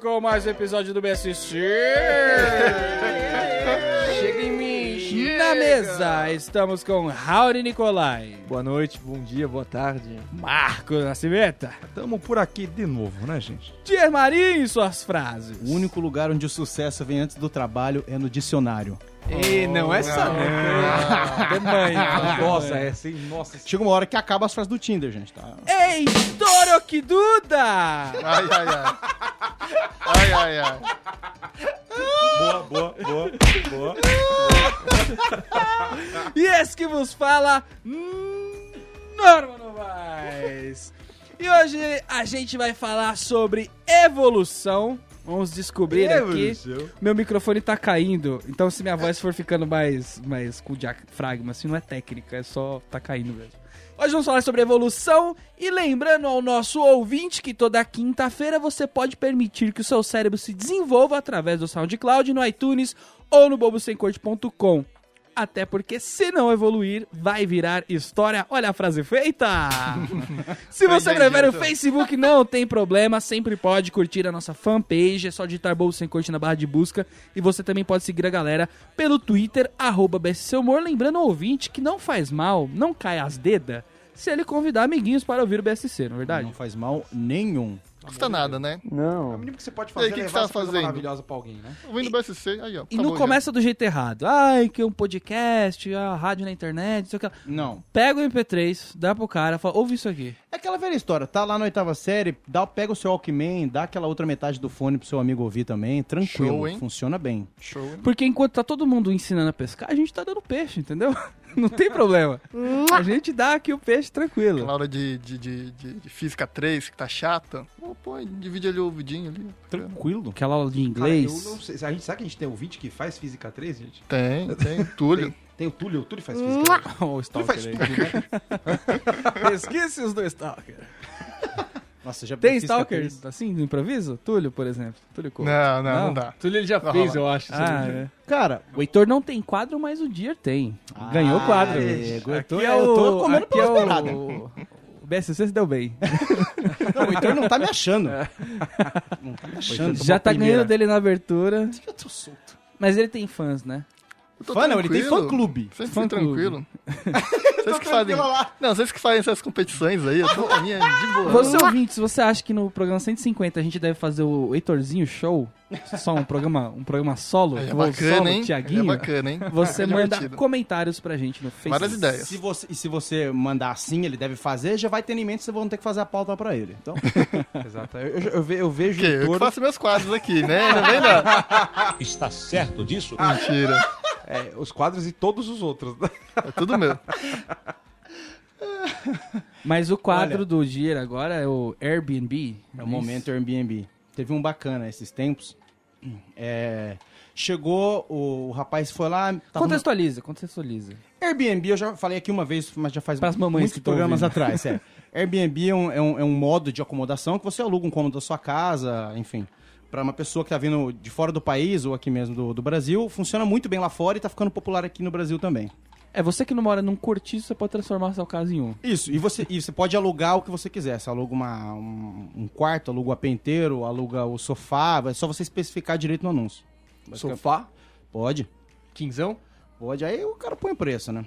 com mais um episódio do BSC. Chega em mim, Na mesa estamos com Rauri Nicolai, Boa noite, bom dia, boa tarde. Marco Nascimento, Tamo por aqui de novo, né, gente? Tier Marinho e suas frases. O único lugar onde o sucesso vem antes do trabalho é no dicionário. Ei, não é essa de mãe. Nossa, é assim, nossa. Chega uma hora que acaba as frases do Tinder, gente, tá? Ei, Toro que duda! Ai, ai, ai. Ai, ai, ai. Boa, boa, boa, boa. E esse que vos fala, hum, Norma Novaes. E hoje a gente vai falar sobre evolução. Vamos descobrir Evolução. aqui. Meu microfone tá caindo, então se minha voz for ficando mais, mais com diafragma, assim, não é técnica, é só tá caindo mesmo. Hoje vamos falar sobre evolução e lembrando ao nosso ouvinte que toda quinta-feira você pode permitir que o seu cérebro se desenvolva através do SoundCloud, no iTunes ou no bobosemcorte.com. Até porque se não evoluir, vai virar história. Olha a frase feita! se você Entendi, prefere o tô- Facebook, não tem problema, sempre pode curtir a nossa fanpage, é só digitar Bolsa Sem Corte na barra de busca. E você também pode seguir a galera pelo Twitter, arroba BSC Humor. Lembrando ao ouvinte que não faz mal, não cai as dedas, se ele convidar amiguinhos para ouvir o BSC, não é Não verdade? faz mal nenhum. Não custa nada, né? Não. O mínimo que você pode E fazer aí, é que que levar você tá essa coisa fazendo? maravilhosa pra alguém, né? Ouvindo o BSC, aí, ó. E acabou não Tá já. começa do jeito errado. Ai, que é um podcast, a rádio na internet, não sei o que. lá. Não. Pega o MP3, dá pro cara, fala, ouve isso aqui. É aquela velha história, tá lá na oitava série, dá, pega o seu Walkman, dá aquela outra metade do fone pro seu amigo ouvir também, tranquilo, Show, hein? funciona bem. Show. hein? Porque enquanto tá todo mundo ensinando a pescar, a gente tá dando peixe, entendeu? Não tem problema. A gente dá aqui o peixe tranquilo. Aquela hora de, de, de, de, de física 3, que tá chata. Pô, põe, divide ali o vidinho ali. Tranquilo. Aquela aula de Cara, inglês. eu não um sei. A gente sabe que a gente tem ouvinte que faz física 3, gente? Tem, tem. Túlio. Tem o Túlio, o Túlio faz física 3. Ó, o Túlio Stalker faz aí. tudo, né? Resquícios do Stalker. Nossa, já Tem fiz Stalker cicatriz. assim, no improviso? Túlio, por exemplo. Túlio Couto. Não, não, não, Não? dá. Túlio ele já Não, fez, rola. eu acho. Ah, sabe? é. Cara, O Heitor não tem quadro, mas o Dier tem. Ah, Ganhou o quadro. é, Aqui Heitor, eu tô comendo aqui pelas é o- beiradas. O BSC se deu bem. não, o Heitor não tá me achando. Não tá me achando. Já tá Primeira. ganhando dele na abertura. Eu tô solto. Mas ele tem fãs, né? Eu tô Fã não, ele tem tranquilo. fã-clube. Sempre Fã fui tranquilo. Vocês que fazem. tranquilo lá. Não, vocês que fazem essas competições aí, eu tô na minha é de boa. Você é ouvinte, se você acha que no programa 150 a gente deve fazer o Heitorzinho Show, só um programa, um programa solo, Aí é ou bacana, solo, hein? Aí É Tiaguinho, bacana, hein? você É manda divertido. comentários pra gente no Facebook. Várias ideias. Se você, e se você mandar assim, ele deve fazer, já vai ter em mente, vocês vão ter que fazer a pauta pra ele. Então, Exato. Eu, eu- eu ve- eu vejo Que? o Eu que Heitor... faço meus quadros aqui, né? Não vem não. Está certo disso? Mentira. é, os quadros e todos os outros. né? É tudo meu. Mas o quadro Olha. do Dier agora é o Airbnb. é o momento Airbnb. Teve um bacana esses tempos. É, chegou, o, o rapaz foi lá. tava no- Contextualiza, contextualiza. Airbnb, eu já falei aqui uma vez, mas já faz Pras mamães muitos que tão programas ouvindo. atrás. É. Airbnb é um, é um- é um modo de acomodação que você aluga um cômodo da sua casa, enfim. Pra uma pessoa que tá vindo de fora do país ou aqui mesmo do, do Brasil, funciona muito bem lá fora e tá ficando popular aqui no Brasil também. É você que não mora num cortiço, você pode transformar seu caso em um. Isso, e você, e você pode alugar o que você quiser. Você aluga uma- um, um quarto, aluga o AP inteiro, aluga o sofá. É só você especificar direito no anúncio. Sofá, Pode, quinzão, pode. Aí o cara põe o preço, né?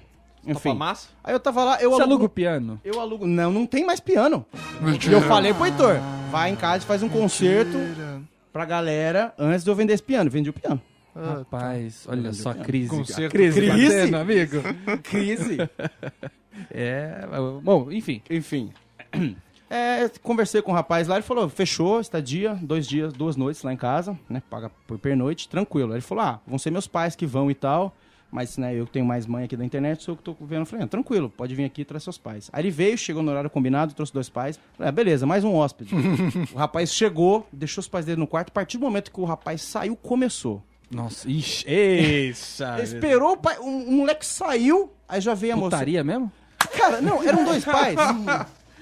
Enfim. massa. Aí eu tava lá, eu você aluga alugo. o piano? Eu alugo. Não, não tem mais piano. E Mentira. eu falei pro Heitor: vai em casa e faz um concerto pra galera antes de eu vender esse piano. Vendi o piano. tá. Ah, Rapaz, olha só a crise. Concerto. a crise, Crise? batendo, amigo. Crise. É, bom, enfim. Enfim. É, conversei com o rapaz lá, ele falou, fechou, estadia, dois dias, duas noites lá em casa, né? Paga por pernoite, tranquilo. Aí ele falou, ah, vão ser meus pais que vão e tal, mas né, eu que tenho mais mãe aqui da internet, sou eu que tô vendo. Eu falei, ah, tranquilo, pode vir aqui e traz seus pais. Aí ele veio, chegou no horário combinado, trouxe dois pais. Falei, ah, beleza, mais um hóspede. o rapaz chegou, deixou os pais dele no quarto, a partir do momento que o rapaz saiu, começou. Nossa, ixi, eixa. Esperou o pai, um, um moleque saiu, aí já veio a moça. é Putaria mesmo? Cara, não, eram dois pais.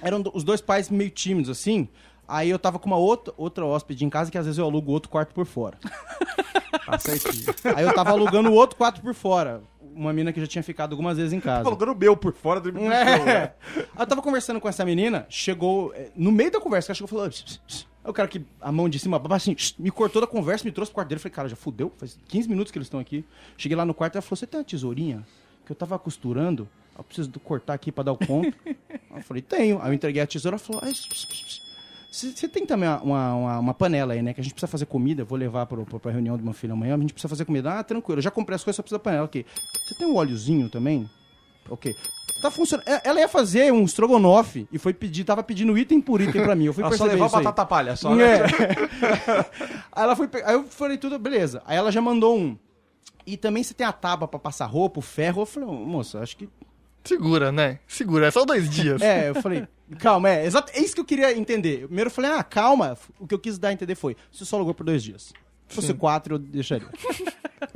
eram do- os dois pais meio tímidos, assim. Aí eu tava com uma outra, outra hóspede em casa que às vezes eu alugo outro quarto por fora. Tá certinho. Aí eu tava alugando o outro quarto por fora. Uma mina que já tinha ficado algumas vezes em casa. Alugando o meu por fora do um meu. né? É. Aí eu tava conversando com essa menina, chegou. eh, No meio da conversa, ela chegou e falou. "Pss, pss, pss, Aí o cara que a mão de cima, pra baixo, assim, me cortou da conversa, me trouxe pro quarto dele. Falei, cara, já fudeu, faz 15 minutos que eles estão aqui. Cheguei lá no quarto, ela falou, você tem uma tesourinha? Que eu tava costurando, eu preciso do- cortar aqui pra dar o ponto. Aí eu falei, tenho. Aí eu entreguei a tesoura, ela falou, "Ai, ps, ps, ps, ps." você você tem também uma, uma, uma- uma panela aí, né? Que a gente precisa fazer comida, eu vou levar pro, pro, pra reunião do meu filho amanhã, a gente precisa fazer comida. Ah, tranquilo, eu já comprei as coisas, só precisa da panela, ok. Você tem um óleozinho também? Ok. Tá funcionando. É- Ela ia fazer um estrogonofe e foi pedir, tava pedindo item por item pra mim. Eu fui Ela É só perceber levou a isso aí. batata palha, só. né? É. aí ela foi, pe- aí eu falei tudo, beleza. Aí ela já mandou um. E também você tem a tábua pra passar roupa, o ferro. Eu falei, moça, acho que Segura, né? Segura, é só dois dias. é, eu falei, calma, é, exato, é isso que eu queria entender. Eu Primeiro eu falei, ah, calma. O que eu quis dar a entender foi, você só alugou por dois dias. Se fosse quatro, eu deixaria.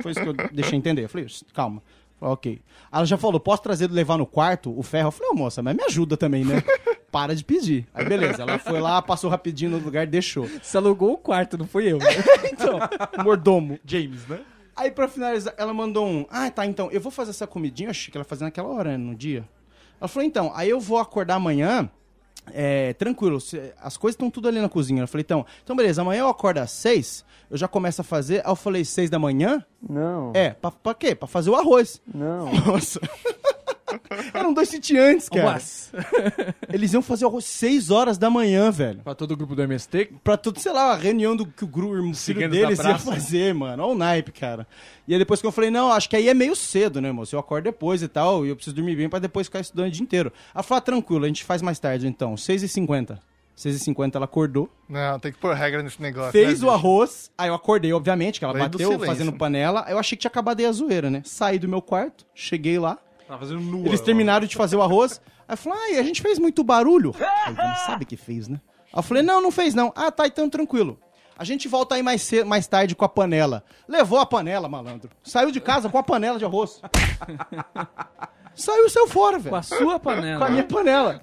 foi isso que eu deixei entender. Eu falei, "Shh, calma. Eu Falei, ok. Ela já falou, posso trazer, levar no quarto o ferro? Eu falei, ô moça, mas me ajuda também, né? Para de pedir. Aí beleza, ela foi lá, passou rapidinho no lugar, deixou. Você alugou o quarto, não fui eu. Então, mordomo. James, né? Aí pra finalizar, ela mandou um. Ah, tá, então, eu vou fazer essa comidinha, eu achei que ela fazia naquela hora, né, no dia. Ela falou, então, aí eu vou acordar amanhã. É, tranquilo, cê- as coisas estão tudo ali na cozinha. Eu falei, então, então beleza, amanhã eu acordo às seis, eu já começo a fazer. Aí eu falei, seis da manhã? Não. É, pra, pra quê? Pra fazer o arroz. Não. Nossa. um Eram dois sitiantes, cara. Mas, Eles iam fazer o arroz seis horas da manhã, velho Pra todo o grupo do MST, pra tudo, sei lá, a reunião do que o grupo filho Ciganos deles da ia praça. fazer, mano. Olha o naipe, cara. E aí depois que eu falei, não, acho que aí é meio cedo, né, moço? Eu acordo depois e tal, e eu preciso dormir bem pra depois ficar estudando o dia inteiro. Ela falou, ah, tranquilo, a gente faz mais tarde, então. 6h50. 6h50 ela acordou, Não, tem que pôr regra nesse negócio. fez né, o bicho? arroz, aí eu acordei, obviamente, que ela Lei do bateu silêncio. fazendo panela. Aí Eu achei que tinha acabado aí a zoeira, né? Saí do meu quarto, cheguei lá, Tá fazendo nua. eles terminaram de fazer o arroz. Aí falou, ah, e a gente fez muito barulho. Aí não sabe que fez, né? Aí eu falei, não, não fez não. Ah, tá, então tranquilo. A gente volta aí mais, cedo, mais tarde com a panela. Levou a panela, malandro. Saiu de casa com a panela de arroz. saiu, saiu fora, com a velho. sua Com a minha panela. panela. É.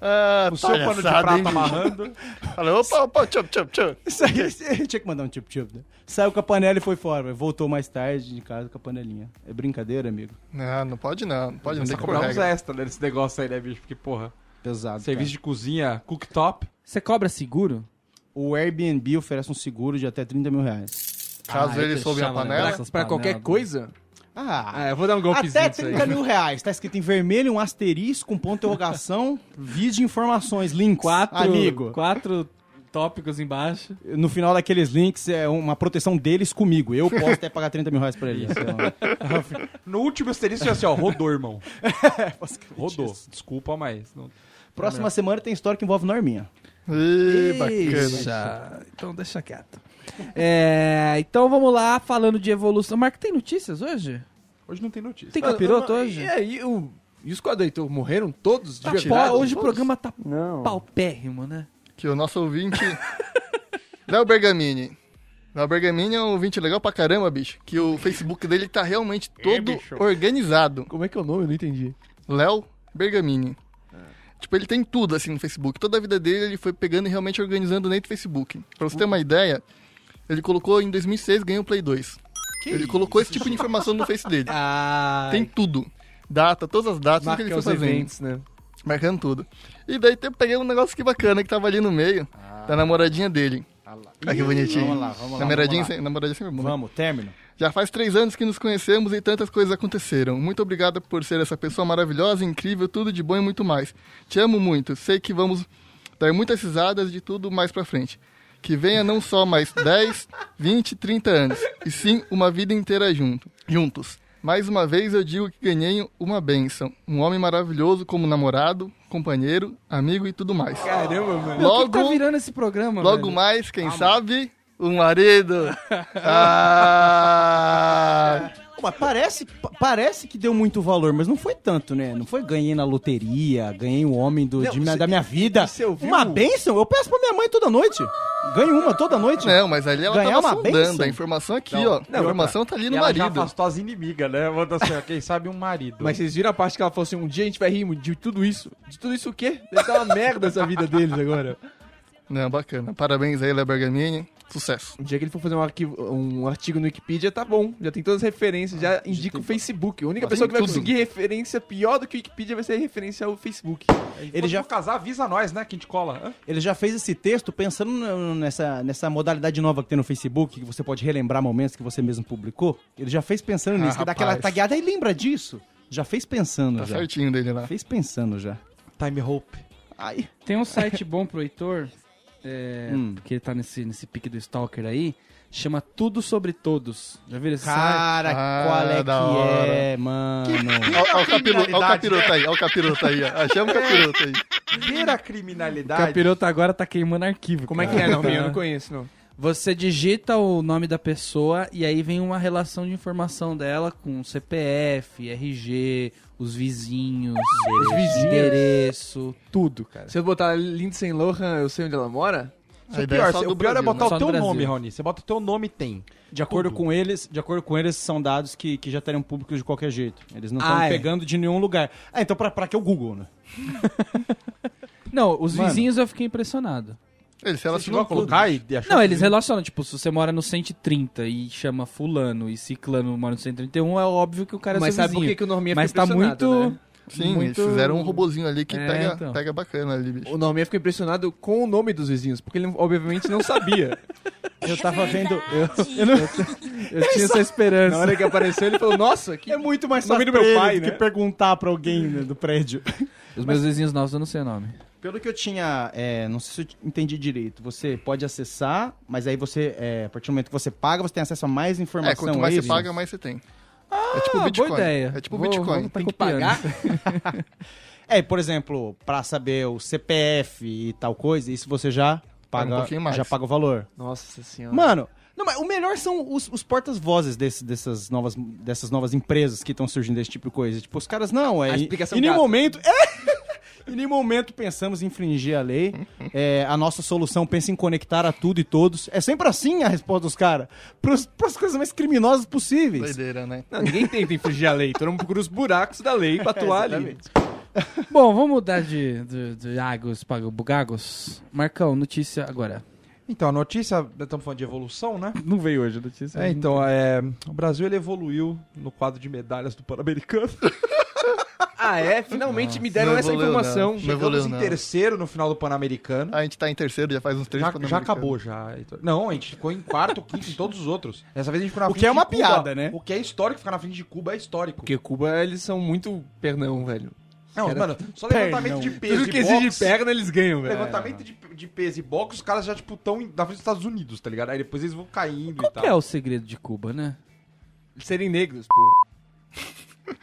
Ah, O seu pano de palhaçada, hein, prata bicho? amarrando. Falei, opa, opa, tchup, tchup, tchup. Saiu, tinha que mandar um tipo tipo, né? Saiu com a panela e foi fora, velho. Voltou mais tarde de casa com a panelinha. É brincadeira, amigo. Não, não pode não, não pode, não Tem tem que que pôr cobrar uns regra. extra né, nesse negócio aí, né, bicho? Porque, porra, Pesado. serviço de cozinha, cooktop. Você cobra seguro? O Airbnb oferece um seguro de até 30 mil reais. Caso Ah, eu ele soube a deixava, né? panela, Essas Pra qualquer panelas. coisa. Ah, Ah, eu vou dar um golpezinho Até nisso 30 mil reais. Tá escrito em vermelho, um asterisco, um ponto de interrogação, vídeo informações, links. Quatro, Amigo. quatro tópicos embaixo. No final daqueles links é uma proteção deles comigo. Eu posso até pagar 30 mil reais pra eles. Então, No último asterisco é assim, ó, rodou, irmão. Rodou. Desculpa, mas... Não... Próxima semana tem história que envolve Norminha. Ih, bacana. Deixa. Então deixa quieto. É, então vamos lá, falando de evolução. Marco, tem notícias hoje? Hoje não tem notícia. Tá Tem capiroto Mas- hoje? E aí, o... E os quadros, Heitor, morreram todos? De Tá verdade? pau- hoje o Todos? programa tá Não. paupérrimo, né? Que o nosso ouvinte. Léo Bergamini. Léo Bergamini é um ouvinte legal pra caramba, bicho. Que o Facebook dele tá realmente É, todo organizado. Como é que é o nome? Eu não entendi. Léo Bergamini. É. Tipo, ele tem tudo assim no Facebook. Toda a vida dele ele foi pegando e realmente organizando dentro do Facebook. Pra você ter uma ideia, ele colocou em 2006 ganhou o Play 2. ele colocou esse tipo de informação no Face dele. Ah, Tem tudo. Data, todas as datas, tudo marca que ele foi os fazendo. eventos, né? Marcando tudo. E daí eu peguei um negócio que bacana que tava ali no meio, da namoradinha dele. Ah Olha que bonitinho. Ah. vamos lá, vamos lá, Namoradinha, vamos lá. sem- namoradinha sempre é bom, né? Vamos, término. Já faz três anos que nos conhecemos e tantas coisas aconteceram. Muito obrigado por ser essa pessoa maravilhosa, incrível, tudo de bom e muito mais. Te amo muito. Sei que vamos dar muitas risadas de tudo mais pra frente. Que venha não só mais 10, 20, 30 anos, e sim uma vida inteira junto, juntos. Mais uma vez eu digo que ganhei uma bênção. Um homem maravilhoso como namorado, companheiro, amigo e tudo mais. Caramba, mano. Meu, o que que tá Logo- virando esse programa, Logo velho? mais, quem sabe, o marido. Ah! Pô, mas parece, pa- parece que deu muito valor, mas não foi tanto, né? Não foi ganhei na loteria, ganhei o homem do, Não, de minha- cê- da minha vida. cê ouviu? Uma bênção? Eu peço pra minha mãe toda noite. Ganho uma toda noite. Não, mas ali ela Ganhar tava uma sondando. bênção? A informação aqui, Não, ó. não, a informação tá ali E no ela já marido. afastou as inimigas, né? Vou dar assim, ó, quem sabe um marido. Mas vocês viram a parte que ela falou assim, um dia a gente vai rir de tudo isso? De tudo isso o quê? Deve tá uma merda essa vida deles agora. Não, bacana. Parabéns aí, Léo Bergamini. Sucesso. O dia que ele for fazer um, arquivo- um artigo no Wikipedia, tá bom. Já tem todas as referências, já indica o Facebook. A única Tem pessoa que vai tudo. conseguir referência pior do que o Wikipedia vai ser referência ao Facebook. Ele já, for casar, avisa nós, né? Que a gente cola. Hã? ele já fez esse texto pensando n- nessa, nessa modalidade nova que tem no Facebook, que você pode relembrar momentos que você mesmo publicou. Ele já fez pensando nisso, que dá aquela rapaz. tagueada e lembra disso. Já fez pensando Tá já. certinho dele lá. Fez pensando já. Time Hope. Ai. Tem um site bom pro Heitor, é, porque ele tá nesse, nesse pique do Stalker aí, chama Tudo Sobre Todos. Já viram esse site? Cara, Ah, qual é que da hora. é, mano? Olha o capiroto, ó o capiroto aí, olha o capiroto aí. ó. Achamos o capiroto aí. Ver a O criminalidade. capiroto agora tá queimando arquivo. Como é que cara. é, não? Eu Tá. não conheço, não. Você digita o nome da pessoa e aí vem uma relação de informação dela com CPF, RG, os vizinhos, os vizinhos. endereço, tudo, cara. Se eu botar Lindsay Lohan, eu sei onde ela mora. A O ideia pior, é só o do pior é Brasil, botar né? Só do o teu Brasil. nome, Rony. Você bota o teu nome e tem. De acordo com eles, de acordo com eles, são dados que, que já teriam público de qualquer jeito. Eles não estão Ah, é. pegando de nenhum lugar. Ah, então pra, pra que o Google, né? Não, os Mano. vizinhos eu fiquei impressionado. né? Ele Você se chegou relacionou a com colocar e achou Não, que- eles relacionam, tipo, se você mora no 130 e chama fulano e ciclano mora no 131, é óbvio que o cara é Mas seu sabe por vizinho. que, que o Norminha Mas ficou tá impressionado, muito... né? Sim, muito- eles fizeram um robozinho ali que É, pega, então. pega bacana ali, bicho. O Norminha ficou impressionado com o nome dos vizinhos, porque ele obviamente não sabia. Eu tava vendo. Eu tinha essa é Na esperança. hora que apareceu, ele falou, nossa, que... é muito mais O nome fácil do meu pra pai, ele do né? que perguntar pra alguém né, do prédio. Os meus vizinhos novos eu não sei o nome. Pelo que eu tinha, é, não sei se eu entendi direito, você pode acessar, mas aí você, é, a partir do momento que você paga, você tem acesso a mais informação. É, quanto mais é você isso? paga, mais você tem. é Ah, tipo boa Bitcoin. ideia. É tipo Vou- Bitcoin. vou tá copiando. É, por exemplo, pra saber o CPF e tal coisa, isso você já paga, um pouquinho mais. já paga o valor. Nossa senhora. Mano, não, mas o melhor são os, os portas-vozes desse- dessas, novas, dessas novas empresas que estão surgindo desse tipo de coisa. Tipo, os caras, não, é. A em- explicação em nenhum gata. momento. É, em nenhum momento pensamos em infringir a lei. É, a nossa solução pensa em conectar a tudo e todos. É sempre assim a resposta dos caras. Para as coisas mais criminosas possíveis. Doideira, né? Não, ninguém tenta infringir a lei, todo mundo procura os buracos da lei pra atuar ali. Bom, vamos mudar de, de, de Agos para Bugagos. Marcão, notícia agora. Então, a notícia, estamos falando de evolução, né? Não veio hoje a notícia. É, então, é, o Brasil ele evoluiu no quadro de medalhas do Pan-Americano. Ah, é? Finalmente me deram Não essa evoluiu, informação. não. Chegamos evoluiu, em não. terceiro no final do Pan-Americano. A gente tá em terceiro, já faz uns três é Já, pra já Pan-Americano. acabou, já. Heitor. Não, a gente ficou em quarto, quinto, em todos os outros. Dessa vez a gente ficou na O frente que é uma de Cuba. piada, né? O que é histórico, ficar na frente de Cuba é histórico. Porque Cuba, eles são muito pernão, velho. Não, Era- mano, só levantamento de peso Tudo que e boxe, exige perna, eles ganham, velho. Levantamento de, de peso e boxe, os caras já, tipo, estão na frente dos Estados Unidos, tá ligado? Aí depois eles vão caindo Qual e que tal. é o segredo de Cuba, né? Eles Serem negros, pô.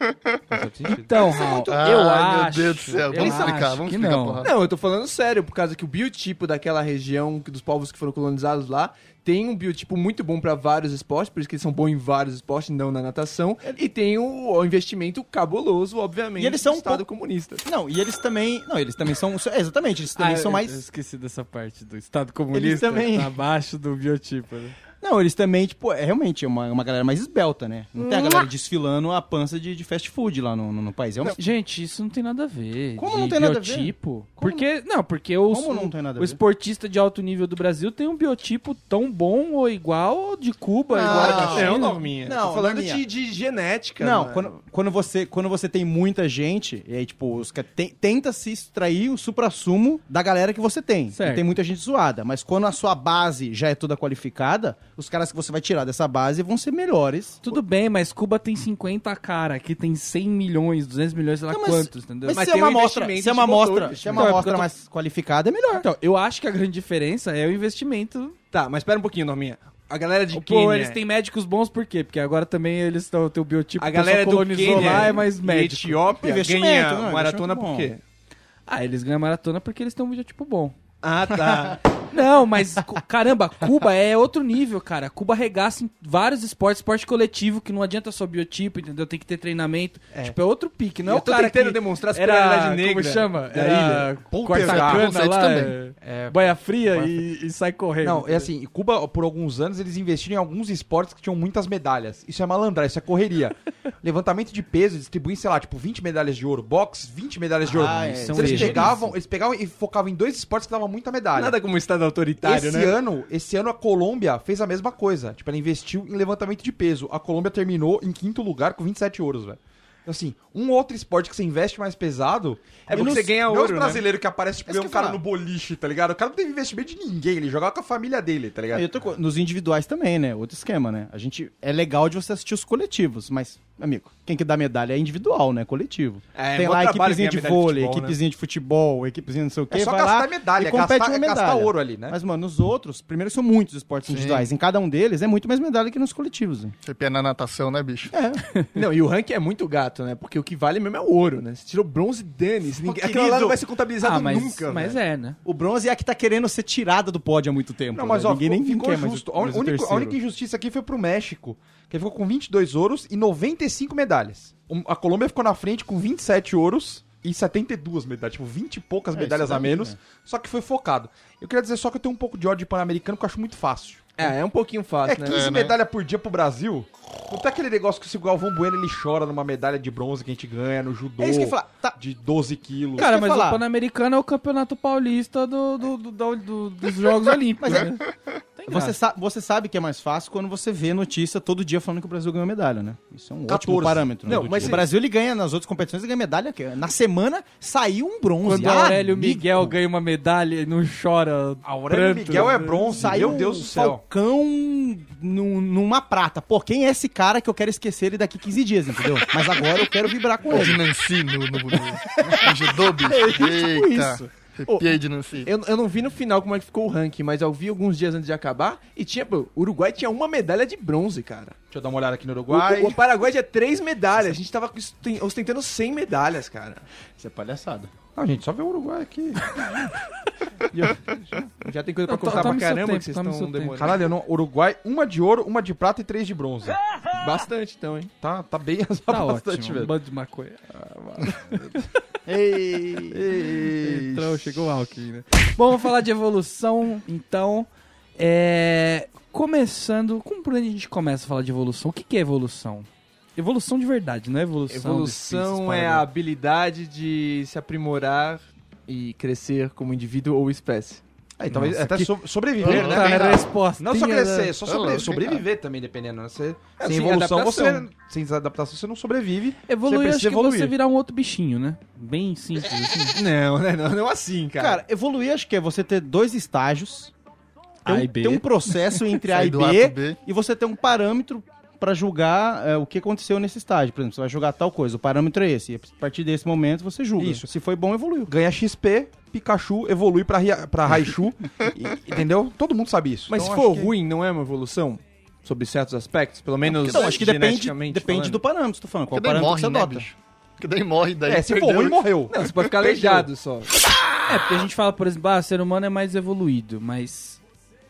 Então, Raul, Ai, eu meu acho... Deus do eu céu. Vamos explicar, acho vamos que explicar, não. porra. Não, eu tô falando sério, por causa que o biotipo daquela região, que- dos povos que foram colonizados lá, tem um biotipo muito bom pra vários esportes, por isso que eles são bons em vários esportes, não na natação, É. e tem o, o investimento cabuloso, obviamente, E eles são do um Estado comunista. Não, e eles também. Não, eles também são. é, Exatamente, eles também Ah, são eu- mais. Eu esqueci dessa parte do Estado Comunista. também- tá Abaixo do biotipo, né? Não, eles também, tipo, é realmente uma, uma galera mais esbelta, né? Não tem a galera desfilando a pança de, de fast food lá no, no, no país. É uma... Gente, isso não tem nada a ver. Como de não tem nada a ver? biotipo. Porque, não, porque os, Como não tem nada a o ver? esportista de alto nível do Brasil tem um biotipo tão bom ou igual ao de Cuba, igual ao de China. Norminha. Não, tô Não, falando Norminha. de, de genética. Não, mano. quando, quando, você, quando você tem muita gente, e aí, tipo, os ca- ten- tenta se extrair o supra-sumo da galera que você tem. Certo. E tem muita gente zoada. Mas quando a sua base já é toda qualificada, os caras que você vai tirar dessa base vão ser melhores. Tudo bem, mas Cuba tem 50 cara, aqui tem 100 milhões, 200 milhões, sei lá Não, mas- quantos, entendeu? Mas, Mas se é tem uma um amostra, investimento se é uma de motores, amostra, se é né? uma Então, é porque amostra eu tô- mais qualificada, é melhor. Então, eu acho que a grande diferença é o investimento. Tá, mas espera um pouquinho, Norminha. A galera de Pô, Quênia... eles têm médicos bons por quê? Porque agora também eles estão teu biotipo A que só galera do colonizou Quênia lá é mais e médico. né? Etiópia Investimento, ganha não, maratona investimento por quê? Ah, eles ganham maratona porque eles têm um biotipo bom. Ah, tá. Não, mas cu- caramba, Cuba é outro nível, cara. Cuba arregaça em vários esportes, esporte coletivo, que não adianta só biotipo, entendeu? Tem que ter treinamento. Tipo, é outro pique, não é Eu o tô cara tentando que demonstrar a era, superioridade negra Como chama? da Era Puta, corta cara. cana Preconceito lá, também. é, boia fria e, e sai correndo. Não, é assim, Cuba, por alguns anos, eles investiram em alguns esportes que tinham muitas medalhas. Isso é malandrar, isso é correria. Levantamento de peso, distribuem, sei lá, tipo, 20 medalhas de ouro. Boxe, 20 medalhas de ouro. Ah, é. Então, São eles, legais. pegavam, eles pegavam e focavam em dois esportes que davam muita medalha. Nada como um Estado autoritário, esse né? ano, esse ano a Colômbia fez a mesma coisa. Tipo, ela investiu em levantamento de peso. A Colômbia terminou em quinto lugar com 27 ouros, velho. Então, assim, um outro esporte que você investe mais pesado. É porque Eu não- você ganha não é ouro, os né? brasileiros que aparece, tipo, É isso ganha um que eu cara ia no falar. boliche, tá ligado? O cara não teve investimento de ninguém, ele jogava com a família dele, tá ligado? Aí outra co- nos individuais também, né? Outro esquema, né? A gente é legal de você assistir os coletivos, mas amigo, quem que dá medalha é individual, né? Coletivo. É, Tem mó lá trabalho ganhar equipezinha de medalha de vôlei, futebol, né? equipezinha de futebol, equipezinha não sei o quê, É só vai gastar lá medalha, e compete gastar- uma é medalha. gastar ouro ali, né? Mas mano, os outros, primeiro são muitos esportes individuais, em cada um deles é muito mais medalha que nos coletivos. né? Você pia na natação, né, bicho? Não, e o ranking é muito gato, né? Porque o que vale mesmo é o ouro, né? Você tirou bronze, dane-se. Ninguém... Aquilo lá querido. não vai ser contabilizado ah, mas, nunca, mas velho. é, né? O bronze é a que tá querendo ser tirada do pódio há muito tempo. Então, Não, mas né? ó, ninguém nem ficou quer mais o- justo. A un- mais o único- a terceiro. única injustiça aqui foi pro México, que ficou com 22 ouros e 95 medalhas. Um- A Colômbia ficou na frente com 27 ouros e 72 medalhas, tipo 20 e poucas medalhas isso a daí, menos, só que foi focado. Eu queria dizer só que eu tenho um pouco de ódio de pan-americano, que eu acho muito fácil. É, é um pouquinho É fácil, né? 15 É, né? medalhas por dia pro Brasil. Não tem aquele negócio que se o Galvão Bueno ele chora numa medalha de bronze que a gente ganha no judô É isso que eu ia falar. Tá, de 12 quilos. Cara, eu mas falar. o Pan-Americano é o campeonato paulista do, do- do- do- do- dos Jogos Olímpicos, Mas é- né? Tem Você, graça. sa- você sabe que é mais fácil quando você vê notícia todo dia falando que o Brasil ganhou medalha, né? Isso é um 14. ótimo parâmetro. né, Não, do mas dia. se- o Brasil ele ganha nas outras competições, ele ganha medalha. que Na semana saiu um bronze. Quando o Ah, Aurélio amigo, Miguel ganha uma medalha e não chora. Aurélio pranto, Miguel é né? bronze, Saiu meu Deus do um céu. Falcão num- numa prata. Pô, quem é esse cara que eu quero esquecer ele daqui 15 dias, entendeu? Mas agora eu quero vibrar com De ele. Nancy no, no, no, no judô, bicho. Eita. Arrepiei de Nancy. Eu, eu não vi no final como é que ficou o ranking, mas eu vi alguns dias antes de acabar e tinha, pô, o Uruguai tinha uma medalha de bronze, cara. Deixa eu dar uma olhada aqui no O, Uruguai. o- o Paraguai tinha três medalhas. A gente tava osten- ostentando 100 medalhas, cara. Isso é palhaçada. Não, gente, só vê o Uruguai aqui. Já tem coisa pra Não, to- contar pra tome seu caramba tempo, que vocês tome seu estão tempo. demorando. Caralho, eu não, Uruguai, uma de ouro, uma de prata e três de bronze. Bastante então, hein? Tá, tá bem Tá bastante, ótimo, um velho. bando de maconha. Ei, Então, chegou o Alckmin, né? Bom, vamos falar de evolução, então. É... Começando, como por onde a gente começa a falar de evolução? O que, que é evolução? Evolução de verdade, não é evolução. Evolução é a habilidade de se aprimorar e crescer como indivíduo ou espécie. Aí, talvez Nossa, até que- so- sobreviver, Puta, né? a resposta. Não só crescer, só Tá sobre- louco, sobreviver também, dependendo. né? Você, É, sem sim, evolução, adaptação. você. Sem adaptação, você não sobrevive. Evoluir, acho precisa que evoluir. você virar um outro bichinho, né? Bem simples, assim. Não, né? Não, não assim, cara. Cara, evoluir acho que é você ter dois estágios. A Tem, e um, B. tem um processo entre A Sai e do A pro B, B. e você tem um parâmetro pra julgar é, o que aconteceu nesse estágio. Por exemplo, você vai julgar tal coisa, o parâmetro é esse. E a partir desse momento você julga. Isso. Se foi bom, evoluiu. Ganha XP, Pikachu evolui pra, Ria- pra Raichu. e- entendeu? Todo mundo sabe isso. Mas Então, se acho for que- ruim, não é uma evolução? Sobre certos aspectos, pelo menos Então, acho que depende, geneticamente depende do falando? parâmetro, tô falando. Qual Porque daí parâmetro que você morre, né, adota? bicho? Porque daí morre, daí É, se for perdeu. ruim, morreu. Não, você pode ficar aleijado só. É, porque a gente fala, por exemplo, ah, o ser humano é mais evoluído, mas.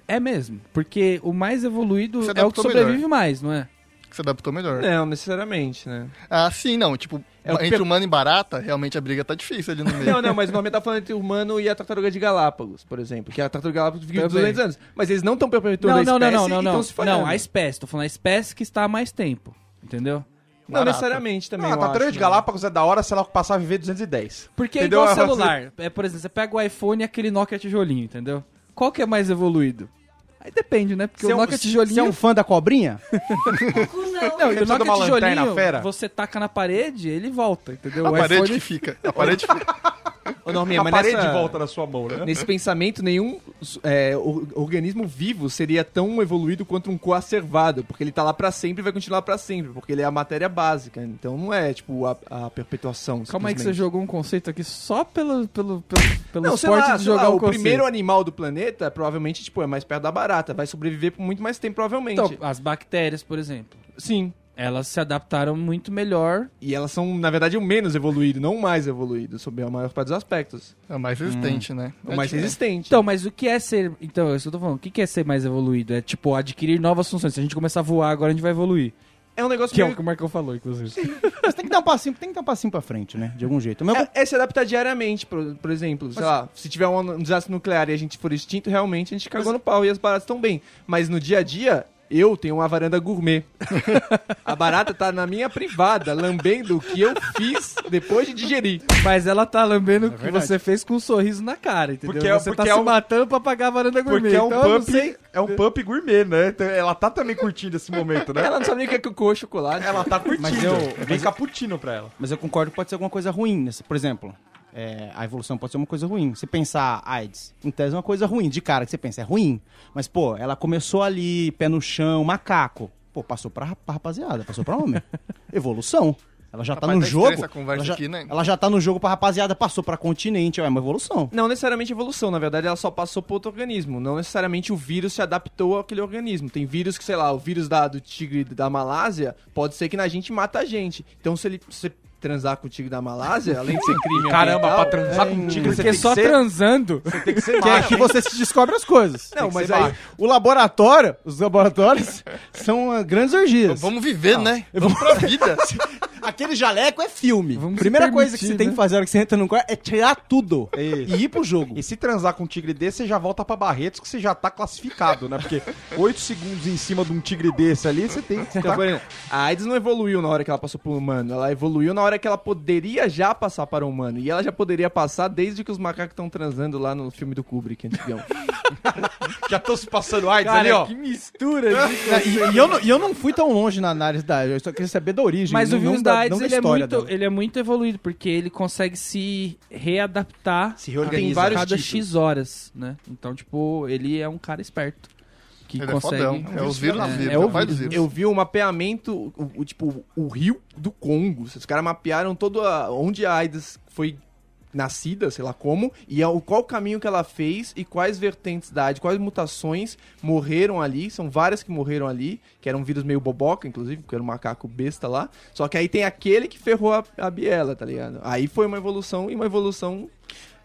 É mesmo. Porque o mais evoluído Se é o que adaptou sobrevive melhor. mais, não é? Que se adaptou melhor. Não, necessariamente, né? Ah, sim, não. Tipo, É o entre pe- humano e barata, realmente a briga tá difícil ali no meio. Não, não, mas o Norman tá falando entre o humano e a tartaruga de Galápagos, por exemplo. Que a tartaruga de Galápagos fica Também. 200 anos. Mas eles não estão perpetuando não, a não, Então espécie e não, não, não, estão não. se falhando. Não, a espécie. Tô falando a espécie que está há mais tempo. Entendeu? Não barata. necessariamente também, Ah, a eu tartaruga acho, de né? Galápagos é da hora se ela passar a viver 210. Porque Entendeu? é igual celular. É, por exemplo, você pega o iPhone e aquele Nokia tijolinho, entendeu? Qual que é mais evoluído? Aí depende, né? Porque Se é o um- é Nokia tijolinho... Você é um fã da cobrinha? Não, e Você o precisa de uma Nokia lanterna tijolinho, fera? você taca na parede, ele volta, entendeu? A o é parede iPhone... que fica. A parede fica. Ô, Norminha, A mas parede nessa- volta na sua mão, né? Nesse pensamento, nenhum é, o- organismo vivo seria tão evoluído quanto um coacervado, porque ele tá lá pra sempre e vai continuar pra sempre, porque ele é a matéria básica. Então não é, tipo, a, a perpetuação. Calma aí que você simplesmente. jogou um conceito aqui só pelo, pelo, pelo, pelo Não, sei esporte lá, de sei lá, jogar um o conceito. primeiro animal do planeta provavelmente, tipo, é mais perto da barata, vai sobreviver por muito mais tempo, provavelmente. Então, as bactérias, Então, por exemplo. Sim. Elas se adaptaram muito melhor. E elas são, na verdade, o menos evoluído, não o mais evoluído, sob a maior parte dos aspectos. É o mais resistente, né? É O mais resistente. Então, mas o que é ser. Então, é isso que eu tô falando. O que que é ser mais evoluído? É, tipo, adquirir novas funções. Se a gente começar a voar, agora a gente vai evoluir. é um negócio Que é o meio- que o Marcão falou, inclusive. Mas tem que dar um passinho, tem que dar um passinho pra frente, né? De algum jeito. O meu- É, é se adaptar diariamente, por, por exemplo. Sei lá, se tiver um, um desastre nuclear e a gente for extinto, realmente a gente cagou no pau e as baratas estão bem. Mas no dia a dia, eu tenho uma varanda gourmet. a barata tá na minha privada, lambendo o que eu fiz depois de digerir. Mas ela tá lambendo o que verdade. você fez com um sorriso na cara, entendeu? É Porque é- você porque tá é se um- matando pra pagar a varanda gourmet. Porque é um então, eu não pump, sei- é um pump gourmet, né? Então, ela tá também curtindo esse momento, né? Ela não sabe nem o que é cocô, chocolate. Ela tá curtindo. Mas eu- Vem cappuccino pra ela. Mas eu concordo que pode ser alguma coisa ruim. nesse- Por exemplo, é, a evolução pode ser uma coisa ruim. Se pensar AIDS, em tese é uma coisa ruim. De cara que você pensa, é ruim. Mas, pô, ela começou ali, pé no chão, macaco. Pô, passou pra, rap- pra rapaziada, passou pra homem. Evolução. Ela já tá Rapaz, no tá estranha jogo. essa conversa ela, já, aqui, né? ela já tá no jogo pra rapaziada, passou pra continente. É uma evolução. Não necessariamente evolução, na verdade ela só passou por outro organismo. Não necessariamente o vírus se adaptou àquele organismo. Tem vírus que, sei lá, o vírus da- do tigre da Malásia pode ser que na gente mata a gente. Então se ele se transar com o tigre da Malásia, além de ser crime Caramba, pra ambiental, transar com tigre você tem Porque que só ser... transando. Tem que ser Que é que você se descobre as coisas. Não, mas ser aí O laboratório, os laboratórios, são ah, grandes orgias. Vamos viver, né? Vamos pra vida. Aquele jaleco é filme. Vamos Primeira se permitir, coisa que você tem que né? fazer na hora que você entra num quarto é tirar tudo Isso. e ir pro jogo. E se transar com um tigre desse, você já volta pra Barretos, que você já tá classificado, né? Porque oito segundos em cima de um tigre desse ali, você tem que... tá- Então, por exemplo, a AIDS não evoluiu na hora que ela passou pro humano, ela evoluiu na hora que ela poderia já passar para o humano. E ela já poderia passar desde que os macacos estão transando lá no filme do Kubrick, antigão. Já tô se passando AIDS Cara, ali, ó. que né? mistura. de- E, e eu não, e eu não fui tão longe na análise da AIDS, eu só queria saber da origem. Mas não, o vírus não da AIDS, não ele, é história muito, dela. ele é muito evoluído, porque ele consegue se readaptar Se reorganiza. tem vários Cada cada X horas, né? Então, tipo, ele é um cara esperto. Que Ele é consegue... fodão. É os vírus dos vírus. é É o o pai dos vírus. Eu vi um mapeamento, o, o- tipo, o rio do Congo. Os caras mapearam todo a- onde a AIDS foi nascida, sei lá como, e ao- qual caminho que ela fez e quais vertentes da AIDS, quais mutações morreram ali. São várias que morreram ali, que era um vírus meio boboca, inclusive, porque era um macaco besta lá. Só que aí tem aquele que ferrou a, a biela, tá ligado? Aí foi uma evolução e uma evolução